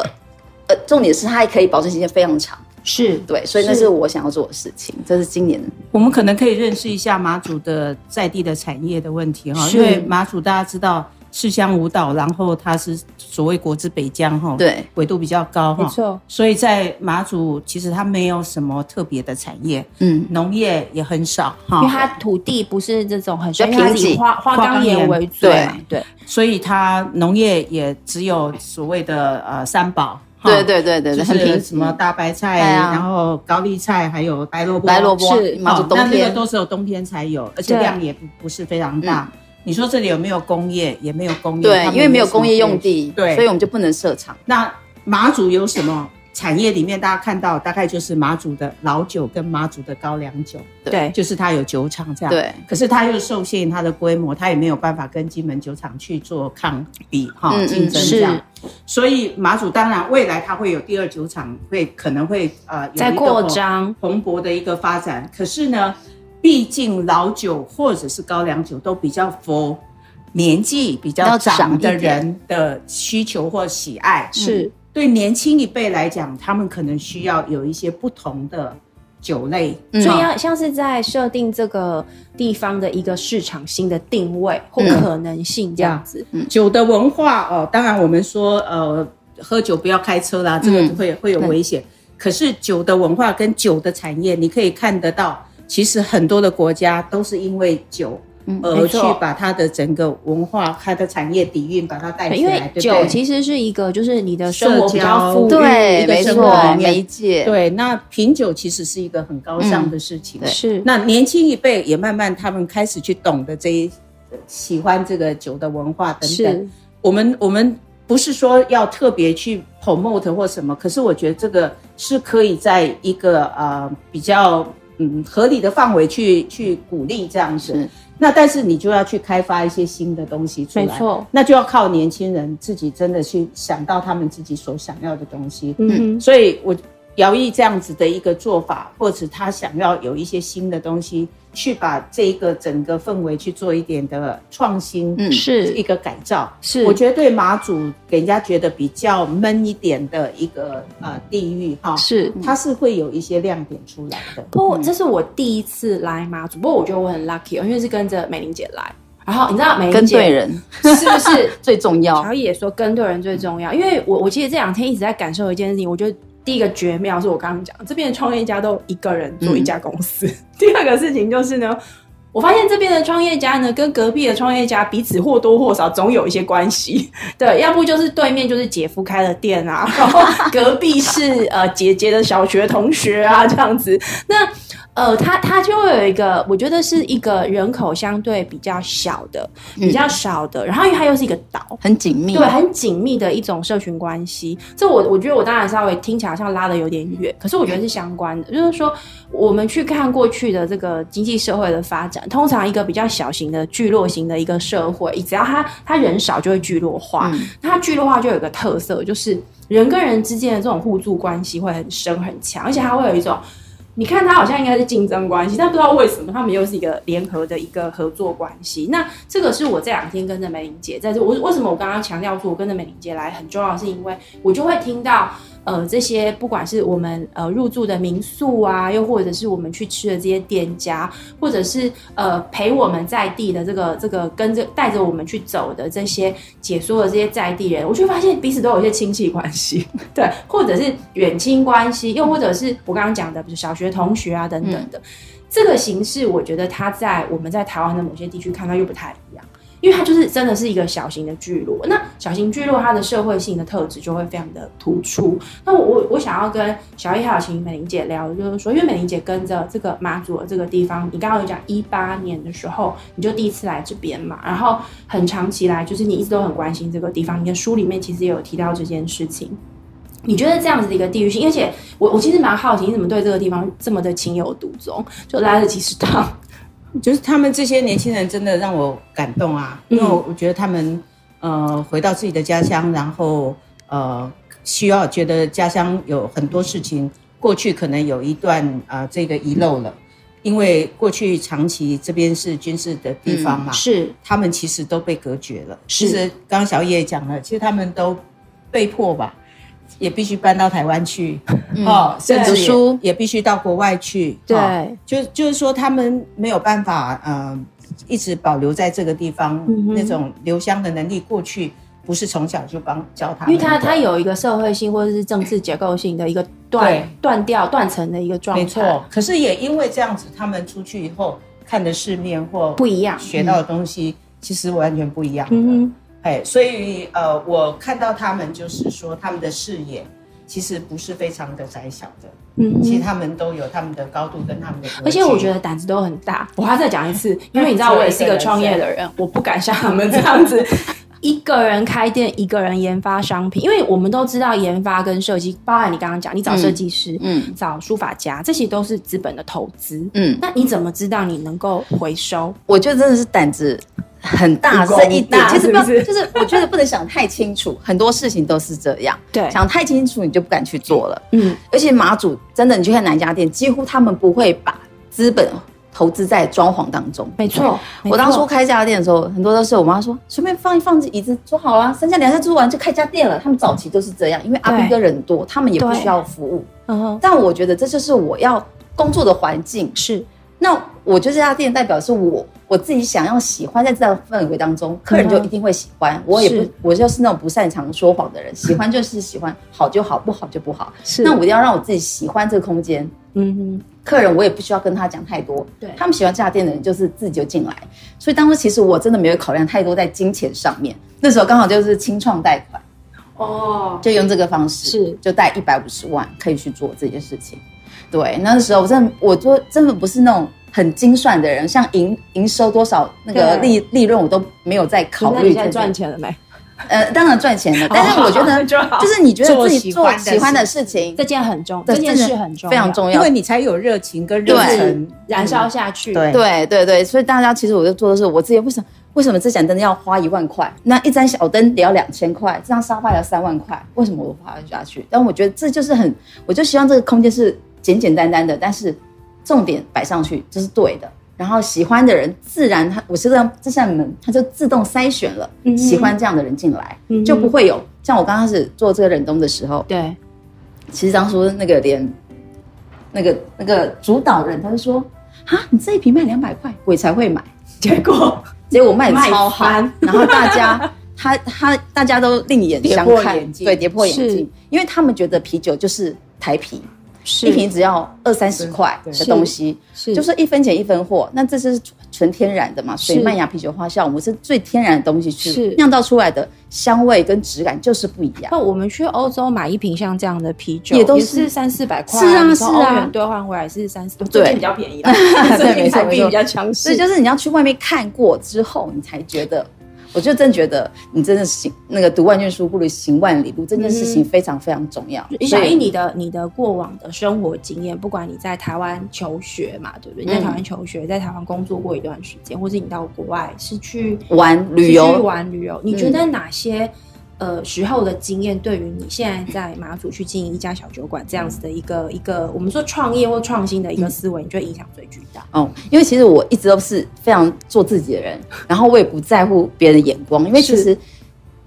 Speaker 5: 呃，重点是它还可以保证时间非常长，
Speaker 3: 是，
Speaker 5: 对，所以那是我想要做的事情。这是今年
Speaker 4: 我们可能可以认识一下马祖的在地的产业的问题哈，
Speaker 3: 是
Speaker 4: 因为马祖大家知道赤乡舞蹈，然后它是所谓国之北疆哈，，
Speaker 5: 对
Speaker 4: 纬度比较高
Speaker 3: 没
Speaker 4: 哈，
Speaker 3: 错，
Speaker 4: 所以在马祖其实它没有什么特别的产业，
Speaker 5: 嗯
Speaker 4: 农业也很少
Speaker 3: 因为它
Speaker 4: 哈，
Speaker 3: 土地不是这种很
Speaker 5: 比较
Speaker 3: 深，因为它
Speaker 5: 贫
Speaker 3: 是以
Speaker 5: 瘠
Speaker 3: 花花
Speaker 4: 花
Speaker 3: 岗
Speaker 4: 岗
Speaker 3: 岩
Speaker 4: 岩
Speaker 3: 为主
Speaker 5: 对
Speaker 3: 嘛，对，
Speaker 4: 所以它农业也只有所谓的呃三宝，哈
Speaker 5: 对。对对对
Speaker 4: 就
Speaker 5: 对，很
Speaker 4: 是
Speaker 5: 平
Speaker 4: 什么大白菜，
Speaker 5: 对啊
Speaker 4: 然后高丽菜，还有白萝卜、
Speaker 5: 白萝卜
Speaker 3: 是，
Speaker 5: 马祖
Speaker 4: 哦那
Speaker 5: 冬
Speaker 4: 这个
Speaker 5: 天
Speaker 4: 都是有冬天才有，而且
Speaker 3: 对
Speaker 4: 量也不不是非常大。你说这里有没有工业？也没有工业，
Speaker 5: 嗯对
Speaker 4: 他，们
Speaker 5: 因为没有
Speaker 4: 什么
Speaker 5: 工业用。地，
Speaker 4: 对
Speaker 5: 所以我们就不能设厂。
Speaker 4: 那马祖有什么产业？里面大家看到大概就是马祖的老酒跟马祖的高粱酒，
Speaker 3: 对，
Speaker 4: 就是它有酒厂这样。。
Speaker 5: 对，
Speaker 4: 可是它又受限它的规模，它也没有办法跟金门酒厂去做抗比哈
Speaker 5: 嗯嗯
Speaker 4: 竞争
Speaker 3: 是
Speaker 4: 这样。所以马祖当然未来它会有第二酒厂，会可能会呃有一
Speaker 3: 在
Speaker 4: 个
Speaker 3: 扩
Speaker 4: 哦
Speaker 3: 张，嗯
Speaker 4: 蓬勃的一个发展。可是呢，毕竟老酒或者是高粱酒都比较 for 年纪比较长的人的需求或喜爱，
Speaker 3: 嗯是
Speaker 4: 对年轻一辈来讲，他们可能需要有一些不同的酒类。
Speaker 5: 嗯
Speaker 3: 所以要像是在设定这个地方的一个市场新的定位或
Speaker 5: 嗯
Speaker 3: 可能性这样子，
Speaker 4: 酒的文化哦，当然我们说呃，喝酒不要开车啦，这个
Speaker 5: 嗯
Speaker 4: 会、会有危险。可是酒的文化跟酒的产业，你可以看得到，其实很多的国家都是因为酒。
Speaker 5: 嗯
Speaker 4: 而
Speaker 3: 没
Speaker 4: 去
Speaker 3: 错
Speaker 4: 把它的整个文化、它的产业底蕴把它带
Speaker 3: 对
Speaker 4: 嗯起
Speaker 3: 因为
Speaker 4: 来，对
Speaker 3: 酒
Speaker 4: 不对？
Speaker 3: 其实是一个就是你的生活比较
Speaker 4: 社交
Speaker 3: 富裕，
Speaker 5: 对，
Speaker 4: 一个
Speaker 5: 没
Speaker 4: 生活
Speaker 5: 错，
Speaker 4: 里面
Speaker 5: 媒介，
Speaker 4: 对，那品酒其实是一个很高尚的事情。
Speaker 5: 嗯对
Speaker 3: 是
Speaker 4: 那年轻一辈也慢慢他们开始去懂得这一喜欢这个酒的文化等等。
Speaker 3: 是
Speaker 4: 我们我们不是说要特别去 promote 或什么，可是我觉得这个是可以在一个呃比较嗯合理的范围去去鼓励这样子
Speaker 5: 是。
Speaker 4: 那但是你就要去开发一些新的东西出来，
Speaker 3: 没错，
Speaker 4: 那就要靠年轻人自己真的去想到他们自己所想要的东西。
Speaker 3: 嗯哼
Speaker 4: 所以我姚毅这样子的一个做法，或者他想要有一些新的东西，去把这个整个氛围去做一点的创新，
Speaker 5: 嗯
Speaker 4: 一
Speaker 3: 是
Speaker 4: 个改造。
Speaker 3: 是
Speaker 4: 我觉得对马祖给人家觉得比较闷一点的一个呃地域哈，
Speaker 3: 是。
Speaker 4: 它是嗯会有一些亮点出来的。
Speaker 3: 不过这是我第一次来马祖，不过我觉得我很 lucky，因为哦是跟着美玲姐来。然后你知道美玲
Speaker 5: 跟
Speaker 3: 姐
Speaker 5: 对人
Speaker 3: 是不是
Speaker 5: 最重要。
Speaker 3: 乔伊也说跟对人最重要，因为我我其实这两天一直在感受一件事情，我觉得第一个绝妙是我刚刚讲，这边的创业家都一个人做一家公司。 第二个事情就是呢，我发现这边的创业家呢，跟隔壁的创业家彼此或多或少总有一些关系， 对，要不就是对面就是姐夫开的店 啊，然后隔壁是呃姐姐的小学同学啊这样子，那。呃，它它就会有一个，我觉得是一个人口相对比较小的、比较少的，然后因为它又是一个岛，
Speaker 5: 很紧密，嗯
Speaker 3: 对，很紧密的一种社群关系。这我我觉得我当然稍微听起来好像拉的有点远，可是我觉得是相关的。就是说，我们去看过去的这个经济社会的发展，通常一个比较小型的聚落型的一个社会，只要它它人少就会聚落化，
Speaker 5: 嗯
Speaker 3: 那它聚落化就有一个特色，就是人跟人之间的这种互助关系会很深很强，而且它会有一种。你看，它好像应该是竞争关系，但不知道为什么他们又是一个联合的一个合作关系。那这个是我这两天跟着美玲姐在这，我为什么我刚刚强调说我跟着美玲姐来很重要，是因为我就会听到呃这些不管是我们呃入住的民宿啊，又或者是我们去吃的这些店家，或者是呃陪我们在地的这个这个跟着带着我们去走的这些解说的这些在地人，我就发现彼此都有一些亲戚关系， 对，或者是远亲关系，又或者是我刚刚讲的，比如小学同学啊等等的。这个形式，我觉得它在我们在台湾的某些地区看到又不太一样，因为它就是真的是一个小型的聚落。那小型聚落它的社会性的特质就会非常的突出。那我我我想要跟小易还有秦美玲姐聊，就是说，因为美玲姐跟着这个马祖的这个地方，你刚刚有讲一八年的时候你就第一次来这边嘛，然后很长期来就是你一直都很关心这个地方，你的书里面其实也有提到这件事情。你觉得这样子的一个地域性，而且我我其实蛮好奇，你怎么对这个地方这么的情有独钟，就来了几十趟，
Speaker 4: 就是他们这些年轻人真的让我感动啊，因为我我觉得他们呃回到自己的家乡，然后呃需要觉得家乡有很多事情，过去可能有一段啊、呃这个遗漏了，因为过去长期这边是军事的地方嘛，
Speaker 3: 是
Speaker 4: 他们其实都被隔绝了。
Speaker 3: 是
Speaker 4: 其实刚刚小叶也讲了，其实他们都被迫吧，也必须搬到台湾去，
Speaker 3: 嗯
Speaker 4: 哦，甚至
Speaker 5: 读书
Speaker 4: 也也必须到国外去，
Speaker 3: 对
Speaker 4: 哦就就是说他们没有办法，呃，一直保留在这个地方、
Speaker 3: 嗯哼
Speaker 4: 那种留乡的能力，过去不是从小就帮教他
Speaker 3: 因
Speaker 4: 们的，
Speaker 3: 为它它有一个社会性或者是政治结构性的一个断
Speaker 4: 对
Speaker 3: 断掉断层的一个状态，
Speaker 4: 没错，可是也因为这样子，他们出去以后看的世面或
Speaker 3: 不一样，
Speaker 4: 学到的东西，其实完全不一样的。
Speaker 3: 嗯
Speaker 4: 哎，所以呃，我看到他们就是说，他们的视野其实不是非常的窄小的，
Speaker 3: 哼嗯
Speaker 4: 其实
Speaker 3: 哼。
Speaker 4: 他们都有他们的高度跟他们的格局。
Speaker 3: 而且我觉得胆子都很大，我还再讲一次，因为你知道我也是一个创业的人，我不敢像他们这样子， 一个人开店，一个人研发商品，因为我们都知道研发跟设计，包含你刚刚讲，你找设计师，
Speaker 5: 嗯
Speaker 3: 找书法家，这些都是资本的投资。
Speaker 5: 嗯，
Speaker 3: 那你怎么知道你能够回收？
Speaker 5: 我觉得真的是胆子很大
Speaker 3: 不够
Speaker 5: 这一点
Speaker 3: 大，
Speaker 5: 其实不要，
Speaker 3: 是不是
Speaker 5: 就是我觉得不能想太清楚，很多事情都是这样，
Speaker 3: 对
Speaker 5: 想太清楚你就不敢去做了。
Speaker 3: 嗯，
Speaker 5: 而且马祖真的，你去看哪一家店，几乎他们不会把资本投资在装潢当中。
Speaker 3: 没错。
Speaker 5: 我当初
Speaker 3: 没错
Speaker 5: 开这家店的时候，很多都是我妈说随便放一放椅子做好啦，三下两下做完就开家店了。他们早期都是这样，因为阿
Speaker 3: 对
Speaker 5: 斌哥人多，他们也不
Speaker 3: 对
Speaker 5: 需要服务。
Speaker 3: 嗯哼
Speaker 5: 但我觉得这就是我要工作的环境。
Speaker 3: 是
Speaker 5: 那我觉得这家店代表是我我自己想要喜欢，在这样的氛围当中，客人就一定会喜欢。我也
Speaker 3: 嗯是嗯
Speaker 5: 不，我就是那种不擅长说谎的人，喜欢就是喜欢，好就好，不好就不好。
Speaker 3: 是
Speaker 5: 那我一定要让我自己喜欢这个空间。
Speaker 3: 嗯哼
Speaker 5: 客人我也不需要跟他讲太多，
Speaker 3: 对
Speaker 5: 他们喜欢这家店的人就是自己就进来，所以当时其实我真的没有考量太多在金钱上面，那时候刚好就是清创贷款，
Speaker 3: 哦，
Speaker 5: 就用这个方式，
Speaker 3: 是
Speaker 5: 就贷一百五十万可以去做这件事情。对，那时候我真的我做真的不是那种很精算的人，像营营收多少那个
Speaker 3: 对
Speaker 5: 利利润我都没有在考
Speaker 3: 那
Speaker 5: 虑
Speaker 3: 你
Speaker 5: 这
Speaker 3: 现在
Speaker 5: 个。
Speaker 3: 赚钱了没？
Speaker 5: 呃，当然赚 钱了，但是我觉得
Speaker 3: 就好
Speaker 5: 就是你觉得
Speaker 4: 做
Speaker 5: 自己
Speaker 4: 喜
Speaker 5: 做
Speaker 4: 欢的
Speaker 5: 喜欢的
Speaker 4: 事
Speaker 5: 事情
Speaker 3: 这，件很重，
Speaker 5: 对
Speaker 3: 这件
Speaker 5: 真
Speaker 3: 事
Speaker 5: 的
Speaker 3: 很重要，
Speaker 5: 非常重要
Speaker 4: 因为，你才有热情跟热
Speaker 5: 对
Speaker 4: 忱
Speaker 3: 燃烧下去。
Speaker 4: 对
Speaker 5: 对对对，所以大家其实我就做的是，我自己为什么为什么这盏灯要花一万块，那一盏小灯也要两千块，这张沙发也要三万块，为什么我花下去？但我觉得这就是很，我就希望这个空间是简简单单的，但是重点摆上去这是对的。然后喜欢的人，自然他我是这样这扇门，他就自动筛选了、
Speaker 3: 嗯
Speaker 5: 喜欢这样的人进来，
Speaker 3: 嗯哼
Speaker 5: 就不会有像我刚开始做这个忍冬的时候，
Speaker 3: 对，
Speaker 5: 其实当初那个连那个那个主导人他就说啊，你这一瓶卖两百块，鬼才会买。
Speaker 3: 结果
Speaker 5: 结果卖得超好
Speaker 3: 嗯卖翻，
Speaker 5: 然后大家他他大家都另眼相
Speaker 4: 跌破
Speaker 5: 看
Speaker 4: 眼，镜
Speaker 5: 对，跌破眼
Speaker 3: 是
Speaker 5: 镜，因为他们觉得啤酒就是台啤，
Speaker 3: 是
Speaker 5: 一瓶只要二三十块
Speaker 4: 对
Speaker 5: 的东西，
Speaker 3: 是
Speaker 5: 就是一分钱一分货。那这是纯天然的嘛，
Speaker 3: 是
Speaker 5: 所以麦芽啤酒花酵母是最天然的东西去
Speaker 3: 是
Speaker 5: 酿造出来的，香味跟质感就是不一样。
Speaker 3: 那我们去欧洲买一瓶像这样的啤酒，
Speaker 5: 也都是
Speaker 3: 是三四百块，
Speaker 5: 是啊
Speaker 3: 你从
Speaker 5: 是啊
Speaker 3: 欧元兑换回来是三四，
Speaker 5: 对，
Speaker 3: 最近比较便宜啦 最
Speaker 5: 对没错
Speaker 3: 近台币
Speaker 5: 没错
Speaker 3: 比较强势，
Speaker 5: 所以就是你要去外面看过之后，你才觉得，我就真觉得你真的行那个读万卷书不如行万里路，这件事情非常非常重要。
Speaker 3: 你
Speaker 5: 所
Speaker 3: 想，
Speaker 5: 以
Speaker 3: 因你的你的过往的生活经验，不管你在台湾求学嘛，对不对？你在
Speaker 5: 嗯
Speaker 3: 台湾求学，在台湾工作过一段时间，或是你到国外是去呃
Speaker 5: 玩旅
Speaker 3: 是去
Speaker 5: 游，嗯
Speaker 3: 玩旅游，你觉得哪些、呃时候的经验对于你现在在马祖去经营一家小酒馆这样子的一个一个，我们说创业或创新的
Speaker 5: 嗯
Speaker 3: 一个思维，你觉得影响最巨大？
Speaker 5: 哦，因为其实我一直都是非常做自己的人，然后我也不在乎别人的眼光，因为其
Speaker 3: 是
Speaker 5: 实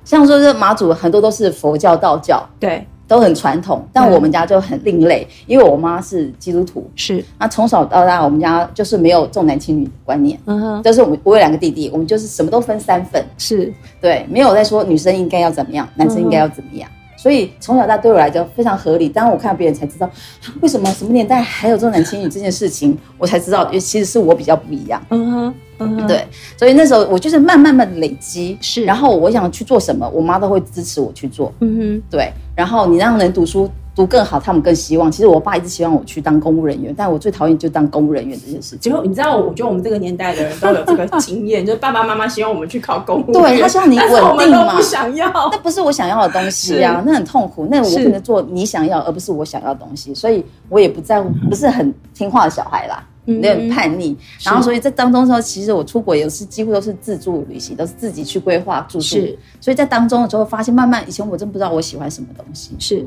Speaker 5: 像说这马祖很多都是佛教、道教。
Speaker 3: 对，
Speaker 5: 都很传统，但我们家就很另类，因为我妈是基督徒，
Speaker 3: 是，
Speaker 5: 那从小到大我们家就是没有重男轻女的观念，
Speaker 3: 嗯哼，
Speaker 5: 但是我们我有两个弟弟，我们就是什么都分三份，
Speaker 3: 是
Speaker 5: 对，没有在说女生应该要怎么
Speaker 3: 嗯
Speaker 5: 样，男生应该要怎么样。所以从小到大对我来讲非常合理。当然我看别人才知道，啊为什么什么年代还有重男轻女这件事情，我才知道，其实是我比较不一样。
Speaker 3: 嗯哼，嗯哼，，
Speaker 5: 对，所以那时候我就是慢慢慢地累积，
Speaker 3: 是
Speaker 5: 然后我想去做什么，我妈都会支持我去做。
Speaker 3: 嗯哼，
Speaker 5: 对，然后你让人读书读更好，他们更希望。其实我爸一直希望我去当公务人员，但我最讨厌就当公务人员这件事情。
Speaker 3: 结果你知道，我觉得我们这个年代的人都有这个经 验，就是爸爸妈妈希望我们去考公务员，
Speaker 5: 对他希望你
Speaker 3: 但是我
Speaker 5: 稳
Speaker 3: 们
Speaker 5: 定
Speaker 3: 都
Speaker 5: 嘛
Speaker 3: 不想要
Speaker 5: 那。不是我想要的东西啊，那很痛苦。那我不能做你想要，而不是我想要的东西，所以我也不在乎，不是很听话的小孩啦，有
Speaker 3: 嗯
Speaker 5: 点叛逆。然后所以在当中的时候，其实我出国也是几乎都是自助旅行，都是自己去规划住宿
Speaker 3: 是。
Speaker 5: 所以在当中的时候，发现慢慢以前我真不知道我喜欢什么东西。
Speaker 3: 是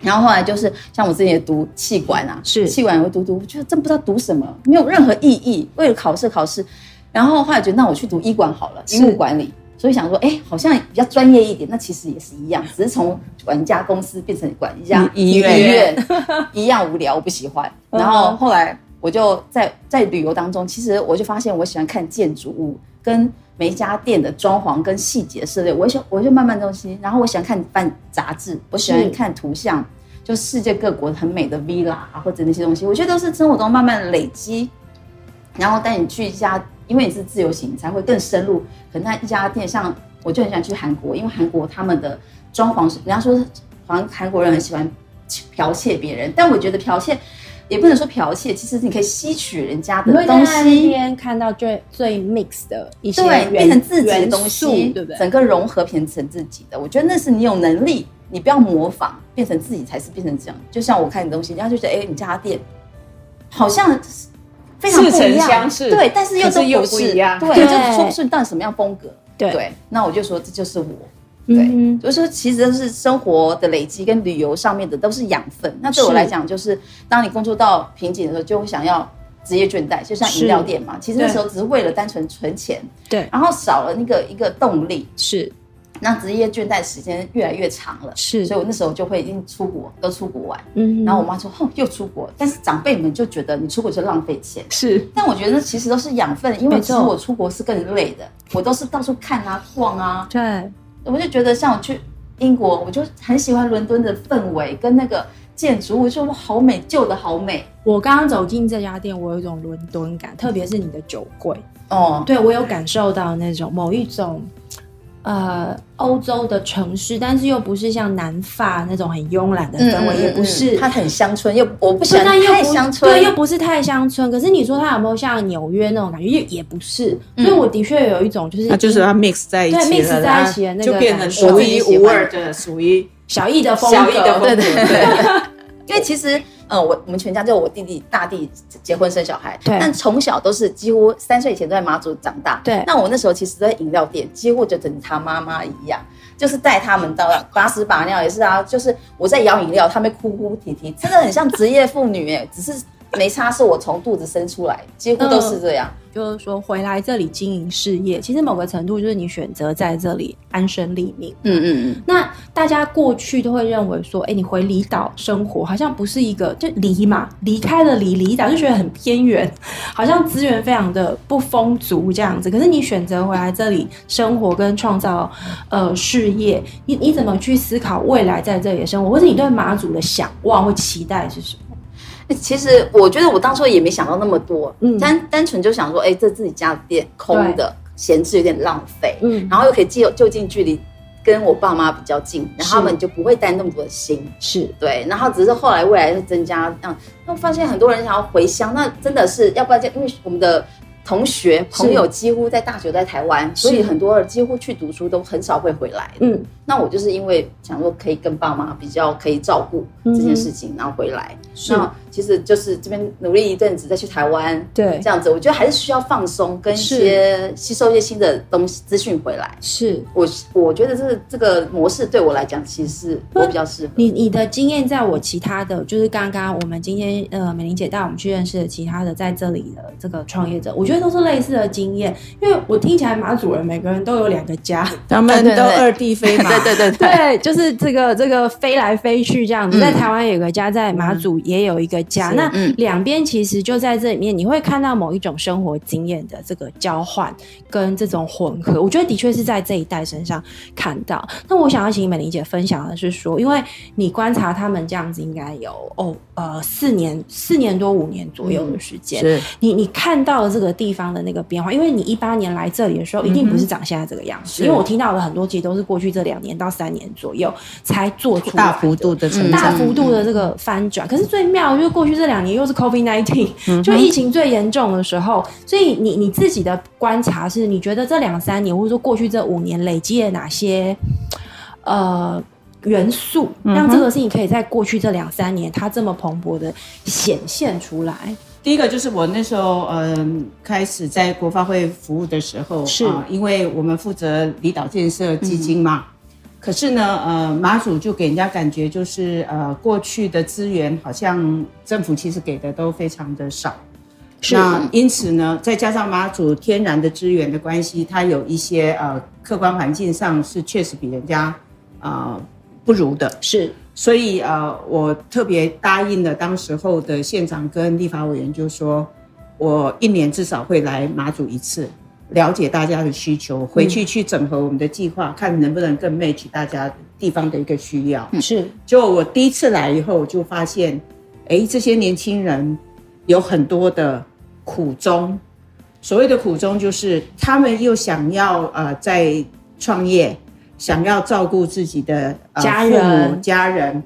Speaker 5: 然后后来就是像我之前也读气管啊，
Speaker 3: 是
Speaker 5: 气管也会读读，我觉得真不知道读什么，没有任何意义。为了考试考试，然后后来觉得那我去读医管好了，
Speaker 3: 是
Speaker 5: 医务管理。所以想说，哎、好像比较专业一点，那其实也是一样，只是从管家公司变成管家
Speaker 4: 医
Speaker 5: 医
Speaker 4: 院
Speaker 5: 院，一样无聊，我不喜欢。
Speaker 3: 嗯
Speaker 5: 然后后来我就在在旅游当中，其实我就发现我喜欢看建筑物跟每一家店的装潢跟细节设计，我喜我就慢慢东西。然后我喜欢看办杂志，我喜欢
Speaker 3: 是
Speaker 5: 看图像，就世界各国很美的 villa 啊或者那些东西，我觉得都是生活中慢慢累积，然后带你去一家，因为你是自由行，你才会更深入。可能那一家店，像我就很想去韩国，因为韩国他们的装潢是，人家说韩韩国人很喜欢剽窃别人，但我觉得剽窃也不能说剽窃，其实你可以吸取人家的
Speaker 3: 啊你会
Speaker 5: 嗯
Speaker 3: 在
Speaker 5: 东
Speaker 3: 那
Speaker 5: 西。
Speaker 3: 边看到最最 mix 的一些
Speaker 5: 对，
Speaker 3: 元
Speaker 5: 变成自己的东
Speaker 3: 元
Speaker 5: 西，
Speaker 3: 素对不对？
Speaker 5: 整个融合变成自己的，我觉得那是你有能力，你不要模仿，变成自己才是变成这样。就像我看你东西，人家就觉得，哎、你家店好像非常不
Speaker 4: 似
Speaker 5: 一
Speaker 4: 曾
Speaker 5: 样，
Speaker 4: 相识
Speaker 5: 对，但是又
Speaker 4: 可
Speaker 5: 都
Speaker 4: 是又
Speaker 5: 不
Speaker 4: 不
Speaker 5: 是
Speaker 4: 一样
Speaker 5: 对，
Speaker 3: 对
Speaker 5: 就说不出你到底什么样风格。
Speaker 3: 对
Speaker 5: 那我就说这就是我。对，
Speaker 3: 嗯哼
Speaker 5: 就是说其实是生活的累积跟旅游上面的都是养分。那对我
Speaker 3: 是
Speaker 5: 来讲，就是当你工作到瓶颈的时候，就会想要职业倦怠，就像饮料店嘛，其实那时候只是为了单纯存钱，
Speaker 3: 对，
Speaker 5: 然后少了那个一个动力，
Speaker 3: 是
Speaker 5: 那职业倦怠时间越来越长了。
Speaker 3: 是
Speaker 5: 所以我那时候就会已经出国，都出国玩。
Speaker 3: 嗯哼，
Speaker 5: 然后我妈说：“哦，又出国。”但是长辈们就觉得你出国就浪费钱，
Speaker 3: 是
Speaker 5: 但我觉得其实都是养分，因为
Speaker 3: 没
Speaker 5: 其
Speaker 3: 错
Speaker 5: 实我出国是更累的，我都是到处看啊、逛啊。
Speaker 3: 对
Speaker 5: 我就觉得像我去英国，我就很喜欢伦敦的氛围跟那个建筑物，我就说哇，好美，旧的好美
Speaker 3: 我刚刚走进这家店，我有一种伦敦感，特别是你的酒柜，
Speaker 5: 哦。
Speaker 3: 对我有感受到那种某一种。呃，欧洲的城市，但是又不是像南法那种很慵懒的氛围，也不是，
Speaker 5: 嗯它很乡村，又我不喜
Speaker 3: 嗯对，
Speaker 5: 欢
Speaker 3: 但又
Speaker 5: 太
Speaker 3: 不
Speaker 5: 乡村，
Speaker 3: 对，又不是太乡村。可是你说它有没有像纽约那种感觉？也也不是。
Speaker 5: 嗯
Speaker 3: 所以我的确有一种就是，
Speaker 4: 那就是它 mix 在一起了啦，
Speaker 3: 对，mix 在一起的那个
Speaker 4: 就变成
Speaker 3: 感受
Speaker 4: 独一无二的，属于
Speaker 3: 小易的风格，
Speaker 4: 小一的风
Speaker 5: 对
Speaker 4: 格。
Speaker 5: 对对。 因为其实，呃，我我们全家就我弟弟大弟结婚生小孩，
Speaker 3: 对
Speaker 5: 但从小都是几乎三岁以前都在马祖长大，
Speaker 3: 对
Speaker 5: 那我那时候其实都在饮料店，几乎就等他妈妈一样，就是带他们到把屎把尿也是啊，就是我在摇饮料，他们哭哭啼啼，真的很像职业妇女哎、只是没差是我从肚子生出来，几乎都是这样，
Speaker 3: 就是说回来这里经营事业，其实某个程度就是你选择在这里安身立命。
Speaker 5: 嗯嗯嗯，
Speaker 3: 那大家过去都会认为说，哎，你回离岛生活好像不是一个就离嘛，离开了离离岛就觉得很偏远， 好像资源非常的不丰足这样子。可是你选择回来这里生活跟创造呃事业，你你怎么去思考未来在这里的生活，或者你对马祖的想望或期待是什么？
Speaker 5: 其实我觉得我当初也没想到那么多，
Speaker 3: 嗯
Speaker 5: 单单纯就想说，哎、这自己家的店空的，闲置有点浪费，
Speaker 3: 嗯，
Speaker 5: 然后又可以就就近距离跟我爸妈比较近，然后他
Speaker 3: 是
Speaker 5: 们就不会担那么多的心，
Speaker 3: 是
Speaker 5: 对，然后只是后来未来是增加，嗯，那我发现很多人想要回乡，那真的是要不然就因为我们的同学
Speaker 3: 是
Speaker 5: 朋友几乎在大学都在台湾，所以
Speaker 3: 是
Speaker 5: 很多人几乎去读书都很少会回来。
Speaker 3: 嗯，
Speaker 5: 那我就是因为想说可以跟爸妈比较可以照顾这件事情，然后回来。
Speaker 3: 嗯是
Speaker 5: 那其实就是这边努力一阵子，再去台湾。
Speaker 3: 对
Speaker 5: 这样子，我觉得还是需要放松，跟一
Speaker 3: 是
Speaker 5: 些吸收一些新的东西资讯回来。
Speaker 3: 是。
Speaker 5: 我我觉得这这个模式对我来讲，其实是我比较适合。
Speaker 3: 你你的经验，在我其他的就是刚刚我们今天呃美玲姐带我们去认识的其他的在这里的这个创业者，我觉得都是类似的经验，因为我听起来马祖人每个人都有两个家，
Speaker 4: 他们
Speaker 5: 对对
Speaker 4: 都
Speaker 5: 对
Speaker 4: 二地飞马，
Speaker 5: 对对对，嗯
Speaker 3: 对，就是这个这个飞来飞去这样子，在台湾有个家，在马祖也有一个家，
Speaker 5: 是
Speaker 3: 那
Speaker 5: 嗯
Speaker 3: 两边其实就在这里面，你会看到某一种生活经验的这个交换跟这种混合，我觉得的确是在这一代身上看到。那我想要请美玲姐分享的是说，因为你观察他们这样子，应该有哦呃四年四年多五年左右的时间，
Speaker 4: 是
Speaker 3: 你你看到了这个地方的那个变化，因为你一八年来这里的时候，一定不是长现在这个样子，
Speaker 4: 嗯是
Speaker 3: 因为我听到的很多其实都是过去这两年到三年左右才做出来
Speaker 4: 大
Speaker 3: 的
Speaker 4: 幅度的成
Speaker 5: 嗯
Speaker 3: 大
Speaker 4: 长，
Speaker 3: 幅度的这个翻转。可是最妙的就是过去这两年又是 COVID nineteen，、就
Speaker 4: 嗯
Speaker 3: 疫情最严重的时候，所以你你自己的观察是，你觉得这两三年或者说过去这五年累积了哪些呃？元素
Speaker 4: 嗯
Speaker 3: 让这个事情可以在过去这两三年，它这么蓬勃的显现出来。
Speaker 4: 第一个就是我那时候嗯开始在国发会服务的时候，
Speaker 3: 是
Speaker 4: 啊因为我们负责离岛建设基金嘛。可是呢，呃，马祖就给人家感觉就是，呃，过去的资源好像政府其实给的都非常的少，那因此呢，再加上马祖天然的资源的关系，它有一些呃客观环境上是确实比人家啊、呃不如的。
Speaker 3: 是
Speaker 4: 所以呃，我特别答应了当时候的县长跟立法委员，就说我一年至少会来马祖一次，了解大家的需求，回去去整合我们的计划，看能不能更 match 大家地方的一个需要。
Speaker 3: 是
Speaker 4: 就我第一次来以后，我就发现，哎，这些年轻人有很多的苦衷。所谓的苦衷，就是他们又想要呃在创业，想要照顾自己的、呃、
Speaker 3: 家
Speaker 4: 父母
Speaker 3: 人
Speaker 4: 家人，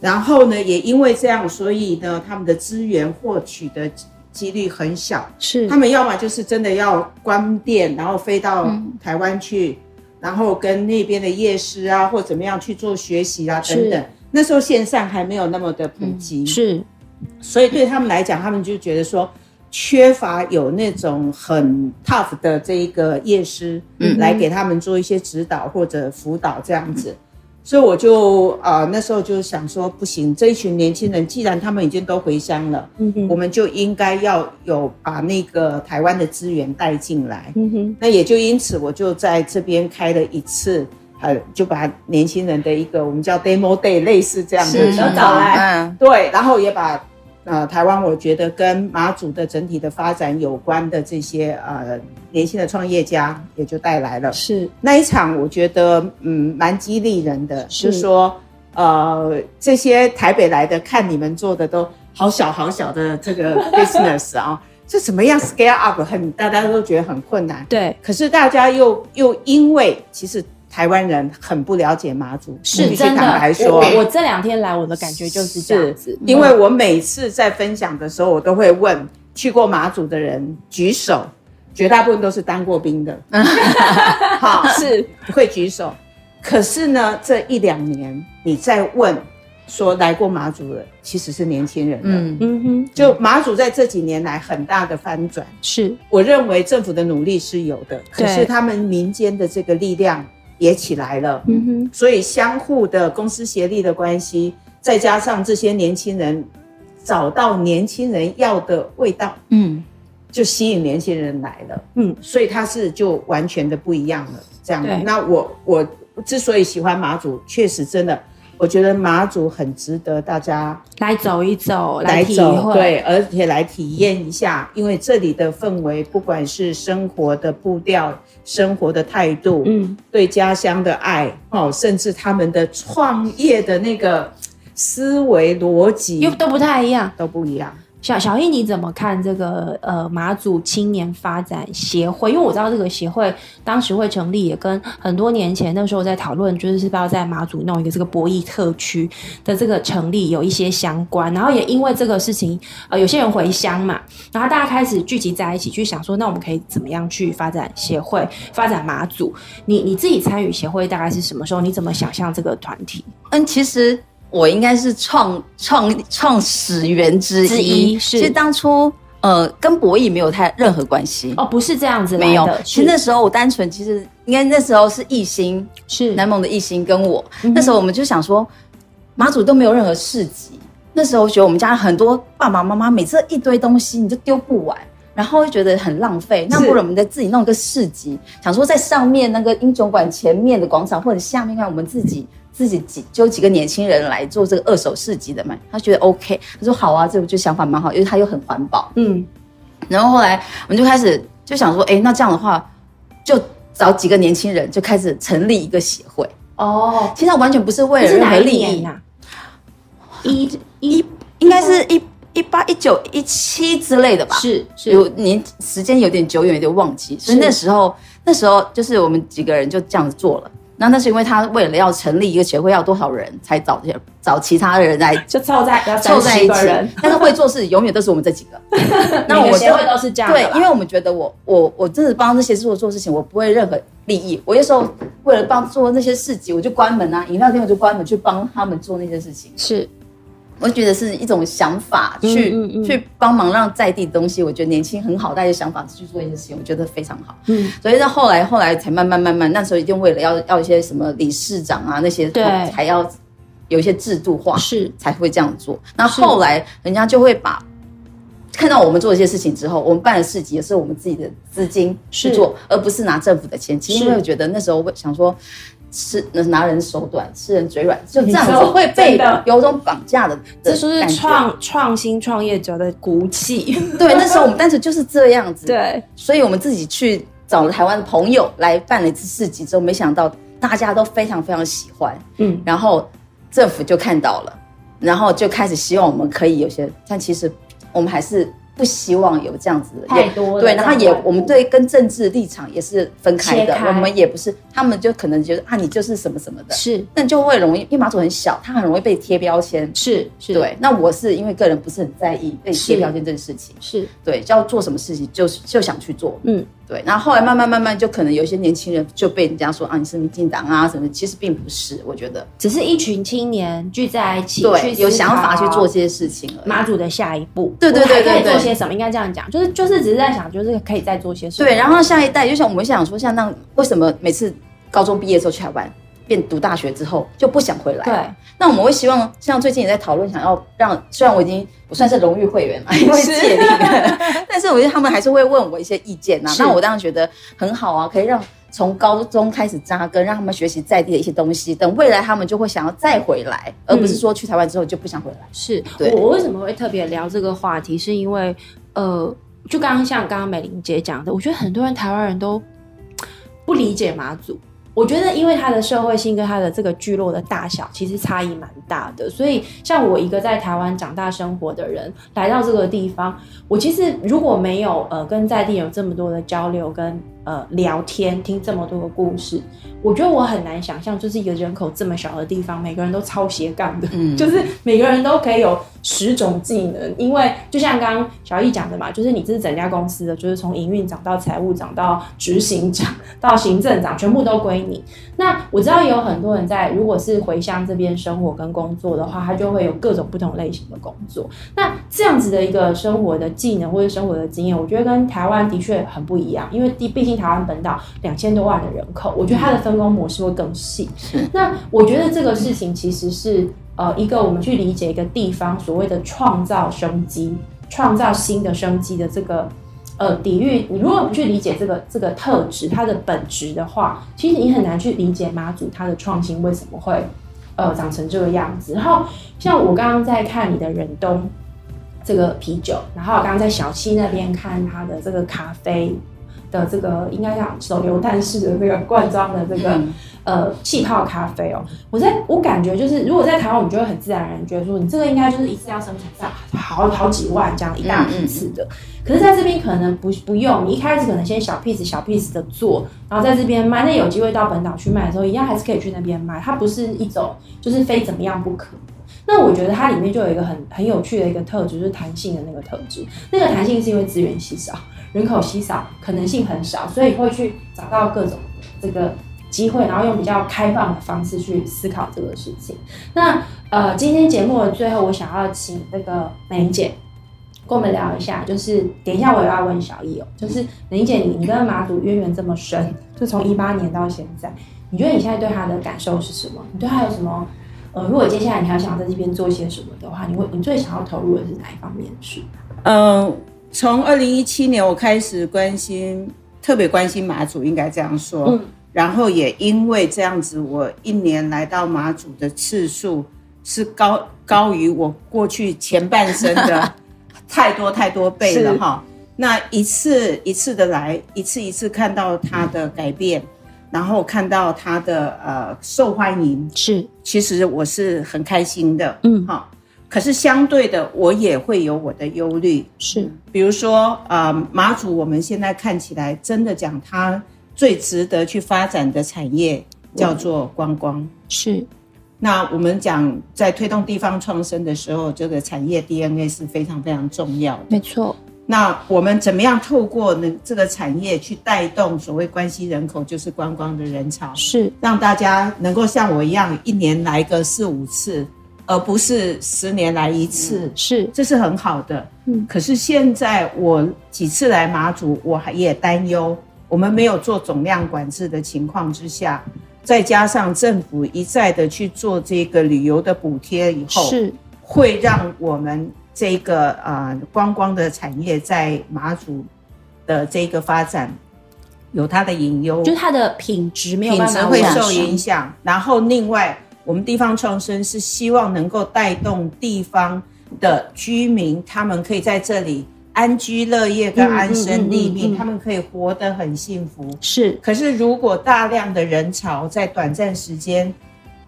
Speaker 4: 然后呢，也因为这样，所以呢，他们的资源获取的几率很小。
Speaker 3: 是
Speaker 4: 他们要么就是真的要关店，然后飞到
Speaker 3: 嗯
Speaker 4: 台湾去，然后跟那边的夜市啊，或怎么样去做学习啊等等
Speaker 3: 是。嗯
Speaker 4: 那时候线上还没有那么的普及，
Speaker 3: 是
Speaker 4: 所以对他们来讲，他们就觉得说缺乏有那种很 tough 的这一个夜师，嗯，来给他们做一些指导或者辅导这样子。所以我就呃那时候就想说，不行，这一群年轻人既然他们已经都回乡了，
Speaker 3: 嗯哼
Speaker 4: 我们就应该要有把那个台湾的资源带进来。
Speaker 3: 嗯哼
Speaker 4: 那也就因此，我就在这边开了一次，呃，就把年轻人的一个我们叫 demo day 类似这样的
Speaker 5: 是
Speaker 4: 地
Speaker 5: 很
Speaker 4: 方
Speaker 5: 好，嗯，
Speaker 4: 对，然后也把呃台湾我觉得跟马祖的整体的发展有关的这些呃年轻的创业家也就带来了。
Speaker 3: 是
Speaker 4: 那一场我觉得嗯蛮激励人的，
Speaker 3: 是
Speaker 4: 就是说呃这些台北来的看你们做的都好小好小的 这个 business 啊，这怎么样 scale up 很大家都觉得很困难，
Speaker 3: 对
Speaker 4: 可是大家又又因为其实台湾人很不了解马祖，我
Speaker 3: 是
Speaker 4: 必须
Speaker 3: 真的
Speaker 4: 坦白。说，
Speaker 3: 我我这两天来，我的感觉就是这样子，嗯
Speaker 4: 因为我每次在分享的时候，我都会问去过马祖的人举手，绝大部分都是当过 兵的，好是会举手。可是呢，这一两年你再问说来过马祖的，其实是年轻人嗯，
Speaker 5: 嗯，
Speaker 3: 嗯哼，
Speaker 4: 就马祖在这几年来很大的翻转，
Speaker 3: 是
Speaker 4: 我认为政府的努力是有的，可
Speaker 3: 对
Speaker 4: 是他们民间的这个力量也起来了。
Speaker 3: 嗯哼
Speaker 4: 所以相互的公司协力的关系，再加上这些年轻人找到年轻人要的味道，
Speaker 5: 嗯，
Speaker 4: 就吸引年轻人来了。
Speaker 3: 嗯，
Speaker 4: 所以它是就完全的不一样了。这样
Speaker 3: 对，
Speaker 4: 那我我之所以喜欢马祖，确实真的，我觉得马祖很值得大家
Speaker 3: 来走一走，
Speaker 4: 来
Speaker 3: 体
Speaker 4: 走，
Speaker 3: 会，
Speaker 4: 对，而且来体验一下，因为这里的氛围，不管是生活的步调、生活的态度，
Speaker 3: 嗯，
Speaker 4: 对家乡的爱，哦，甚至他们的创业的那个思维逻辑
Speaker 3: 又都不太一样。
Speaker 4: 都不一样。
Speaker 3: 小小易，你怎么看这个呃马祖青年发展协会？因为我知道这个协会当时会成立，也跟很多年前那时候在讨论，就是是不是要在马祖弄一个这个博弈特区的这个成立有一些相关。然后也因为这个事情，呃，有些人回乡嘛，然后大家开始聚集在一起去想说，那我们可以怎么样去发展协会、发展马祖？你你自己参与协会大概是什么时候？你怎么想象这个团体
Speaker 5: 嗯，其实我应该是创创创始源之一，
Speaker 3: 之一是
Speaker 5: 其实当初呃跟博弈没有太任何关系。
Speaker 3: 哦，不是这样子来的
Speaker 5: 没有，其
Speaker 3: 是
Speaker 5: 实那时候我单纯，其实应该那时候是艺兴
Speaker 3: 是嗯
Speaker 5: 南蒙的艺兴跟我，那时候我们就想说，马祖都没有任何市集。那时候觉得我们家很多爸爸妈妈每次一堆东西你就丢不完，然后会觉得很浪费。那不如我们再自己弄个市集，想说在上面那个英雄馆前面的广场或者下面啊，我们自己自己几就几个年轻人来做这个二手市集的嘛。他觉得 OK，他说好啊，这我就想法蛮好，因为他又很环保。
Speaker 3: 嗯
Speaker 5: 然后后来我们就开始就想说，哎，那这样的话，就找几个年轻人就开始成立一个协会。
Speaker 3: 哦，
Speaker 5: 其实它完全不是为
Speaker 3: 这
Speaker 5: 了
Speaker 3: 是
Speaker 5: 任
Speaker 3: 哪
Speaker 5: 何
Speaker 3: 一
Speaker 5: 利
Speaker 3: 年啊
Speaker 5: 益，
Speaker 3: 呀、一一
Speaker 5: 应该是一一八、一九、一七之类的吧。
Speaker 3: 是
Speaker 5: 有年时间有点久远，有点忘记，所以
Speaker 3: 是
Speaker 5: 那时候那时候就是我们几个人就这样子做了。那那是因为他为了要成立一个协会，要多少人才找找其他的人来
Speaker 3: 就凑在要
Speaker 5: 凑
Speaker 3: 哦凑
Speaker 5: 在
Speaker 3: 在
Speaker 5: 一
Speaker 3: 一
Speaker 5: 起
Speaker 3: 起，，
Speaker 5: 但是会做事永远都是我们这几 个。
Speaker 3: 那我
Speaker 5: 就
Speaker 3: 协会都是这样的
Speaker 5: 对
Speaker 3: 啦，
Speaker 5: 因为我们觉得我我我真的帮这些做做事情，我不会任何利益。我有时候为了帮做那些事情，我就关门啊，饮料店我就关门去帮他们做那些事情。
Speaker 3: 是
Speaker 5: 我觉得是一种想法，去、
Speaker 3: 嗯嗯
Speaker 5: 去帮忙让在地的东西，我觉得年轻很好，大家想法去做一些事情，我觉得非常好。
Speaker 3: 嗯，
Speaker 5: 所以到后来后来才慢慢慢慢，那时候一定为了要要一些什么理事长啊那些，
Speaker 3: 对
Speaker 5: 才要有一些制度化，
Speaker 3: 是
Speaker 5: 才会这样做。那后来人家就会把看到我们做一些事情之后，我们办的市集也是我们自己的资金去
Speaker 3: 是
Speaker 5: 做，而不是拿政府的钱。其实
Speaker 3: 是
Speaker 5: 因为我觉得那时候我想说。吃拿人手短，吃人嘴软，就这样
Speaker 3: 你
Speaker 5: 子
Speaker 3: 说
Speaker 5: 会被
Speaker 3: 真的
Speaker 5: 有种绑架的，的
Speaker 3: 这就是
Speaker 5: 感觉
Speaker 3: 创创新创业者的骨 气，
Speaker 5: 对。那时候我们单纯就是这样子，，
Speaker 3: 对，
Speaker 5: 所以我们自己去找了台湾的朋友来办了一次市集之后，没想到大家都非常非常喜欢，
Speaker 3: 嗯，
Speaker 5: 然后政府就看到了，然后就开始希望我们可以有些，但其实我们还是不希望有这样子的
Speaker 3: 太多了
Speaker 5: 对，然后也
Speaker 3: 这样
Speaker 5: 我们对跟政治立场也是分开的，
Speaker 3: 切开
Speaker 5: 我们也不是，他们就可能觉得啊，你就是什么什么的，
Speaker 3: 是
Speaker 5: 那就会容易，因为马祖很小，它很容易被贴标签。
Speaker 3: 是是，
Speaker 5: 对，那我是因为个人不是很在意被贴
Speaker 3: 是
Speaker 5: 标签这件事情，
Speaker 3: 是
Speaker 5: 对，要做什么事情就就想去做，
Speaker 3: 嗯，
Speaker 5: 对。然后后来慢慢慢慢就可能有一些年轻人就被人家说啊，你是民进党啊什么的，其实并不是，我觉得，
Speaker 3: 只是一群青年聚在一起，去
Speaker 5: 对，
Speaker 3: 思
Speaker 5: 有想法
Speaker 3: 考啊
Speaker 5: 去做这些事情而已
Speaker 3: 马祖的下一步，
Speaker 5: 对对
Speaker 3: 我们
Speaker 5: 对
Speaker 3: 还
Speaker 5: 对
Speaker 3: 可以做
Speaker 5: 对
Speaker 3: 些什么？应该这样讲，就是就是只是在想，就是可以再做些什么，
Speaker 5: 对，然后下一代就像我们想说，像那为什么每次高中毕业之后去台湾，变读大学之后就不想回来？
Speaker 3: 对，
Speaker 5: 那我们会希望，像最近也在讨论，想要让虽然我已经我算是荣誉会员嘛，因为戒令，但是我觉得他们还是会问我一些意见呐、
Speaker 3: 是
Speaker 5: 那我当然觉得很好啊，可以让从高中开始扎根，让他们学习在地的一些东西，等未来他们就会想要再回来，而不是
Speaker 3: 嗯
Speaker 5: 说去台湾之后就不想回来。
Speaker 3: 是
Speaker 5: 对
Speaker 3: 我我为什么会特别聊这个话题，是因为呃，就刚刚像刚刚美玲姐讲的，我觉得很多人台湾人都不理解马祖。我觉得，因为它的社会性跟它的这个聚落的大小其实差异蛮大的，所以像我一个在台湾长大生活的人，来到这个地方，我其实如果没有呃跟在地有这么多的交流跟呃聊天，听这么多个故事，我觉得我很难想象，就是一个人口这么小的地方，每个人都超斜杠的，
Speaker 5: 嗯
Speaker 3: 就是每个人都可以有十种技能，因为就像刚刚小易讲的嘛，就是你这是整家公司的，就是从营运长到财务长到执行长到行政长，全部都归你。那我知道也有很多人在，如果是回乡这边生活跟工作的话，他就会有各种不同类型的工作。那这样子的一个生活的技能或者生活的经验，我觉得跟台湾的确很不一样，因为毕毕竟台湾本岛两千多万的人口，我觉得它的分工模式会更细。那我觉得这个事情其实是呃一个我们去理解一个地方所谓的创造生机、创造新的生机的这个呃抵御。你如果不去理解这个这个特质它的本质的话，其实你很难去理解马祖它的创新为什么会呃长成这个样子。然后像我刚刚在看你的忍冬。这个啤酒，然后我刚刚在小七那边看它的这个咖啡的这个应该讲手榴弹式的这个罐装的这个、呃气泡咖啡哦。我在我感觉就是，如果在台湾，我们就会很自然而然觉得说，你这个应该就是一次要生产上好好几万这样一大批次的。可是在这边可能不不用，你一开始可能先小 piece 小 piece 的做，然后在这边卖。那有机会到本岛去卖的时候，一样还是可以去那边卖，它不是一种就是非怎么样不可。那我觉得它里面就有一个很很有趣的一个特质，就是弹性的那个特质。那个弹性是因为资源稀少，人口稀少，可能性很少，所以会去找到各种这个机会，然后用比较开放的方式去思考这个事情。那呃，今天节目的最后，我想要请这个美玲姐跟我们聊一下，就是等一下我也要问小易哦，就是美玲姐你，你跟马祖渊源这么深，就从一八年到现在，你觉得你现在对他的感受是什么？你对他有什么？呃，如果接下来你还想在这边做些什么的话，你会你最想要投入的是哪一方面的事？
Speaker 4: 嗯，从二零一七年我开始关心，特别关心马祖，应该这样说。
Speaker 3: 嗯
Speaker 4: 然后也因为这样子，我一年来到马祖的次数是高高于我过去前半生 的太多太多倍了哈。那一次一次的来，一次一次看到他的改变，然后看到他的呃受欢迎，
Speaker 3: 是
Speaker 4: 其实我是很开心的，
Speaker 3: 嗯
Speaker 4: 好。可是相对的，我也会有我的忧虑，
Speaker 3: 是，
Speaker 4: 比如说，呃，马祖我们现在看起来，真的讲它最值得去发展的产业叫做观光。
Speaker 3: 是
Speaker 4: 那我们讲在推动地方创生的时候，这个产业 DNA 是非常非常重要的。
Speaker 3: 没错，
Speaker 4: 那我们怎么样透过呢这个产业去带动所谓关系人口，就是观光的人潮，
Speaker 3: 是
Speaker 4: 让大家能够像我一样一年来个四五次，而不是十年来一次。
Speaker 3: 嗯是
Speaker 4: 这是很好的。
Speaker 3: 嗯
Speaker 4: 嗯，可是现在我几次来马祖，我还也担忧，我们没有做总量管制的情况之下，再加上政府一再的去做这个旅游的补贴以后，
Speaker 3: 是
Speaker 4: 会让我们这个呃观光的产业在马祖的这个发展有它的隐忧，
Speaker 3: 就是它的品质没有
Speaker 4: 品
Speaker 3: 办
Speaker 4: 质
Speaker 3: 法
Speaker 4: 会
Speaker 3: 往
Speaker 4: 受
Speaker 3: 上
Speaker 4: 影响。然后另外，我们地方创生是希望能够带动地方的居民，他们可以在这里安居乐业跟
Speaker 3: 嗯
Speaker 4: 安身立
Speaker 3: 嗯嗯
Speaker 4: 命，
Speaker 3: 嗯嗯
Speaker 4: 他们可以活得很幸福。
Speaker 3: 是
Speaker 4: 可是如果大量的人潮在短暂时间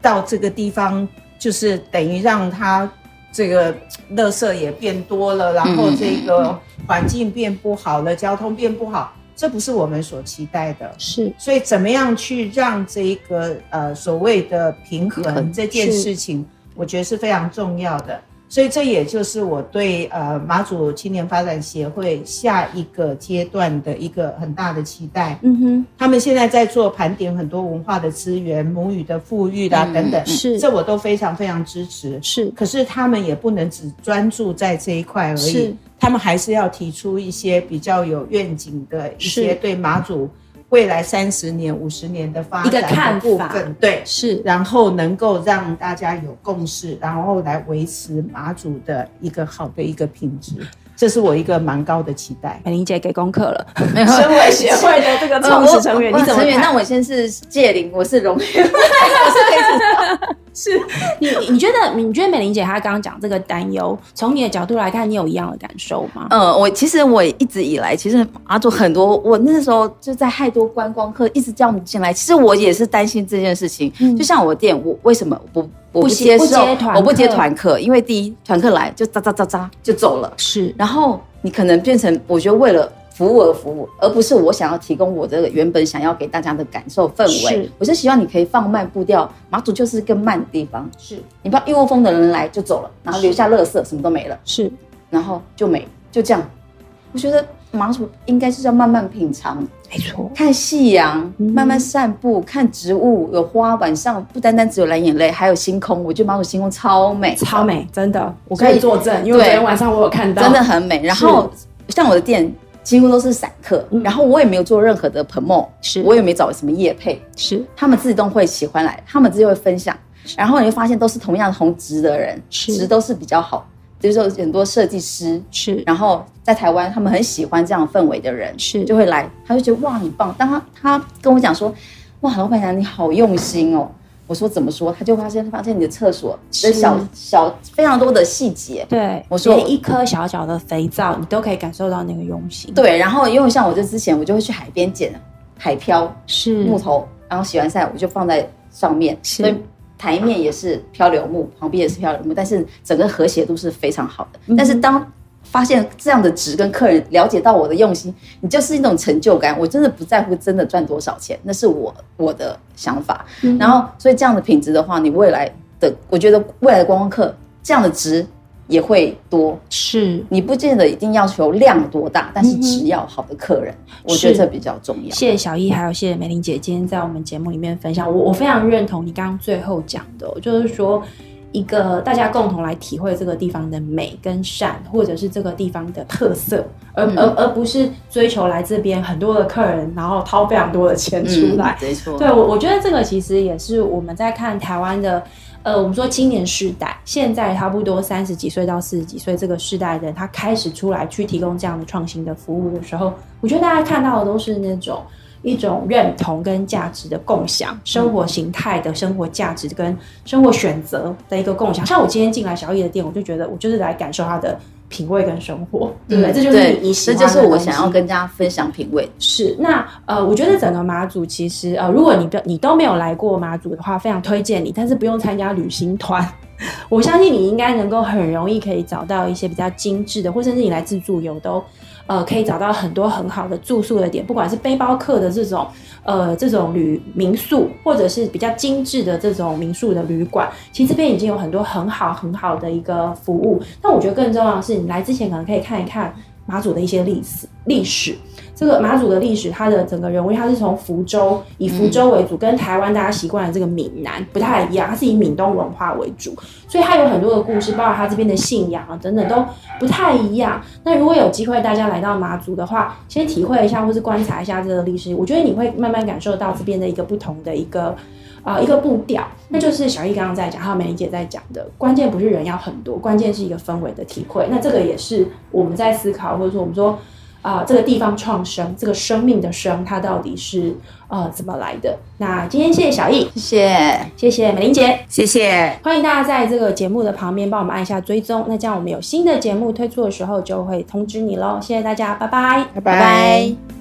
Speaker 4: 到这个地方，就是等于让它这个垃圾也变多了，然
Speaker 3: 嗯
Speaker 4: 后这个环境变不好了，交通变不好，这不是我们所期待的。
Speaker 3: 是
Speaker 4: 所以怎么样去让这一个呃所谓的平衡这件事情，我觉得是非常重要的。所以这也就是我对呃马祖青年发展协会下一个阶段的一个很大的期待。
Speaker 3: 嗯哼
Speaker 4: 他们现在在做盘点很多文化的资源、母语的富裕啦、
Speaker 5: 嗯
Speaker 4: 等等，
Speaker 3: 是
Speaker 4: 这我都非常非常支持。
Speaker 3: 是
Speaker 4: 可是他们也不能只专注在这一块而
Speaker 3: 是
Speaker 4: 已，他们还是要提出一些比较有愿景的一
Speaker 3: 是
Speaker 4: 些对马祖未来三十年、五十年的发展
Speaker 3: 一个看
Speaker 4: 的部
Speaker 3: 法
Speaker 4: 分，对，
Speaker 3: 是
Speaker 4: 然后能够让大家有共识，然后来维持马祖的一个好的一个品质，这是我一个蛮高的期待。
Speaker 3: 美玲姐给功课了，
Speaker 5: 没有
Speaker 3: 身 为协会的这个创始成员，
Speaker 5: 呃我
Speaker 3: 你怎么
Speaker 5: 成员？
Speaker 3: 看？
Speaker 5: 那我先是戒灵，我是荣 誉。
Speaker 3: 你你觉得你觉得美玲姐她刚刚讲这个担忧，从你的角度来看，你有一样的感受吗？
Speaker 5: 嗯，我其实我一直以来，其实阿祖很多，我那时候就在太多观光客一直叫我们进来，其实我也是担心这件事情。
Speaker 3: 嗯
Speaker 5: 就像我店，我为什么不我
Speaker 3: 不
Speaker 5: 不
Speaker 3: 接
Speaker 5: 接受
Speaker 3: 不接团
Speaker 5: 我不接
Speaker 3: 客
Speaker 5: 团客，因为第一团客来就喳喳喳喳就走了，
Speaker 3: 是
Speaker 5: 然后你可能变成，我觉得为了服务而服务，而不是我想要提供我这个原本想要给大家的感受氛围
Speaker 3: 是。
Speaker 5: 我是希望你可以放慢步调，马祖就是个慢的地方，
Speaker 3: 是
Speaker 5: 你不要一窝蜂的人来就走了，然后留下垃圾，什么都没了。
Speaker 3: 是
Speaker 5: 然后就没就这样。我觉得麻薯应该是要慢慢品尝，
Speaker 3: 没错，
Speaker 5: 看夕阳，
Speaker 3: 嗯
Speaker 5: 慢慢散步，看植物，有花，晚上不单单只有蓝眼泪，还有星空。我觉得麻薯星空超美，
Speaker 3: 超美，真的，我
Speaker 5: 所
Speaker 3: 可
Speaker 5: 以
Speaker 3: 以作证，因为我
Speaker 5: 对
Speaker 3: 昨天晚上我有看到，
Speaker 5: 真的很美。然后像我的店几乎都是散客，
Speaker 3: 嗯
Speaker 5: 然后我也没有做任何的 promo，
Speaker 3: 是
Speaker 5: 我也没找什么业配，
Speaker 3: 是
Speaker 5: 他们自动会喜欢来，他们自己会分享，然后你会发现都是同样同职的人，
Speaker 3: 是
Speaker 5: 职都是比较好，就是说很多设计师，
Speaker 3: 是
Speaker 5: 然后在台湾，他们很喜欢这样氛围的人，
Speaker 3: 是
Speaker 5: 就会来，他就觉得哇，你棒。当他他跟我讲说，哇，老板娘你好用心哦，我说怎么说，他就发现发现你的厕所的小小非常多的细节。
Speaker 3: 对，
Speaker 5: 我说
Speaker 3: 连一颗小小的肥皂，你都可以感受到那个用心。，
Speaker 5: 对，然后因为像我这之前，我就会去海边捡海漂、
Speaker 3: 是
Speaker 5: 木头，然后洗完晒我就放在上面，
Speaker 3: 嗯是
Speaker 5: 所以台面也是漂流木，旁边也是漂流木，但是整个和谐度是非常好的。但是当发现这样的值跟客人了解到我的用心，你就是一种成就感。我真的不在乎真的赚多少钱，那是我我的想法。然后，所以这样的品质的话，你未来的我觉得未来的观光客这样的值也会多。
Speaker 3: 是。
Speaker 5: 你不见得一定要求量多大，但是只要好的客人，我觉得
Speaker 3: 嗯是
Speaker 5: 这比较重要。
Speaker 3: 谢谢小易，还有谢谢梅玲姐今天在我们节目里面分享，我我非常认同你刚刚最后讲的哦、就是说一个大家共同来体会这个地方的美跟善，或者是这个地方的特色，而、
Speaker 5: 嗯
Speaker 3: 而而不是追求来这边很多的客人，然后掏非常多的钱出来，
Speaker 5: 嗯、没错，
Speaker 3: 对我，我觉得这个其实也是我们在看台湾的，呃，我们说青年世代，现在差不多三十几岁到四十几岁这个世代的人，他开始出来去提供这样的创新的服务的时候，我觉得大家看到的都是那种一种认同跟价值的共享，生活形态的生活价值跟生活选择的一个共享。像我今天进来小易的店，我就觉得我就是来感受他的品味跟生活，对不对？
Speaker 5: 嗯
Speaker 3: 这就是你你喜
Speaker 5: 这就
Speaker 3: 欢的
Speaker 5: 是我
Speaker 3: 东西
Speaker 5: 想要跟大家分享品味。
Speaker 3: 是，那呃，我觉得整个马祖其实呃，如果你不你都没有来过马祖的话，非常推荐你，但是不用参加旅行团。 我相信你应该能够很容易可以找到一些比较精致的，或甚至你来自助游都，呃，可以找到很多很好的住宿的点，不管是背包客的这种，呃，这种旅民宿，或者是比较精致的这种民宿的旅馆，其实这边已经有很多很好很好的一个服务。但我觉得更重要的是，你来之前可能可以看一看马祖的一些历史历史。这个马祖的历史，它的整个人物，它是从福州以福州为主，跟台湾大家习惯的这个闽南不太一样，它是以闽东文化为主，所以它有很多的故事，包括它这边的信仰啊等等都不太一样。那如果有机会大家来到马祖的话，先体会一下或是观察一下这个历史，我觉得你会慢慢感受到这边的一个不同的一个。呃，一个步调，那就是小易刚刚在讲，还有美玲姐在讲的，关键不是人要很多，关键是一个氛围的体会。那这个也是我们在思考，或者说我们说啊、这个地方创生，这个生命的生，它到底是呃怎么来的？那今天谢谢小易，
Speaker 5: 谢谢。
Speaker 3: 谢谢美玲姐，
Speaker 4: 谢谢。
Speaker 3: 欢迎大家在这个节目的旁边帮我们按一下追踪，那这样我们有新的节目推出的时候就会通知你喽。谢谢大家，拜拜。
Speaker 4: 拜拜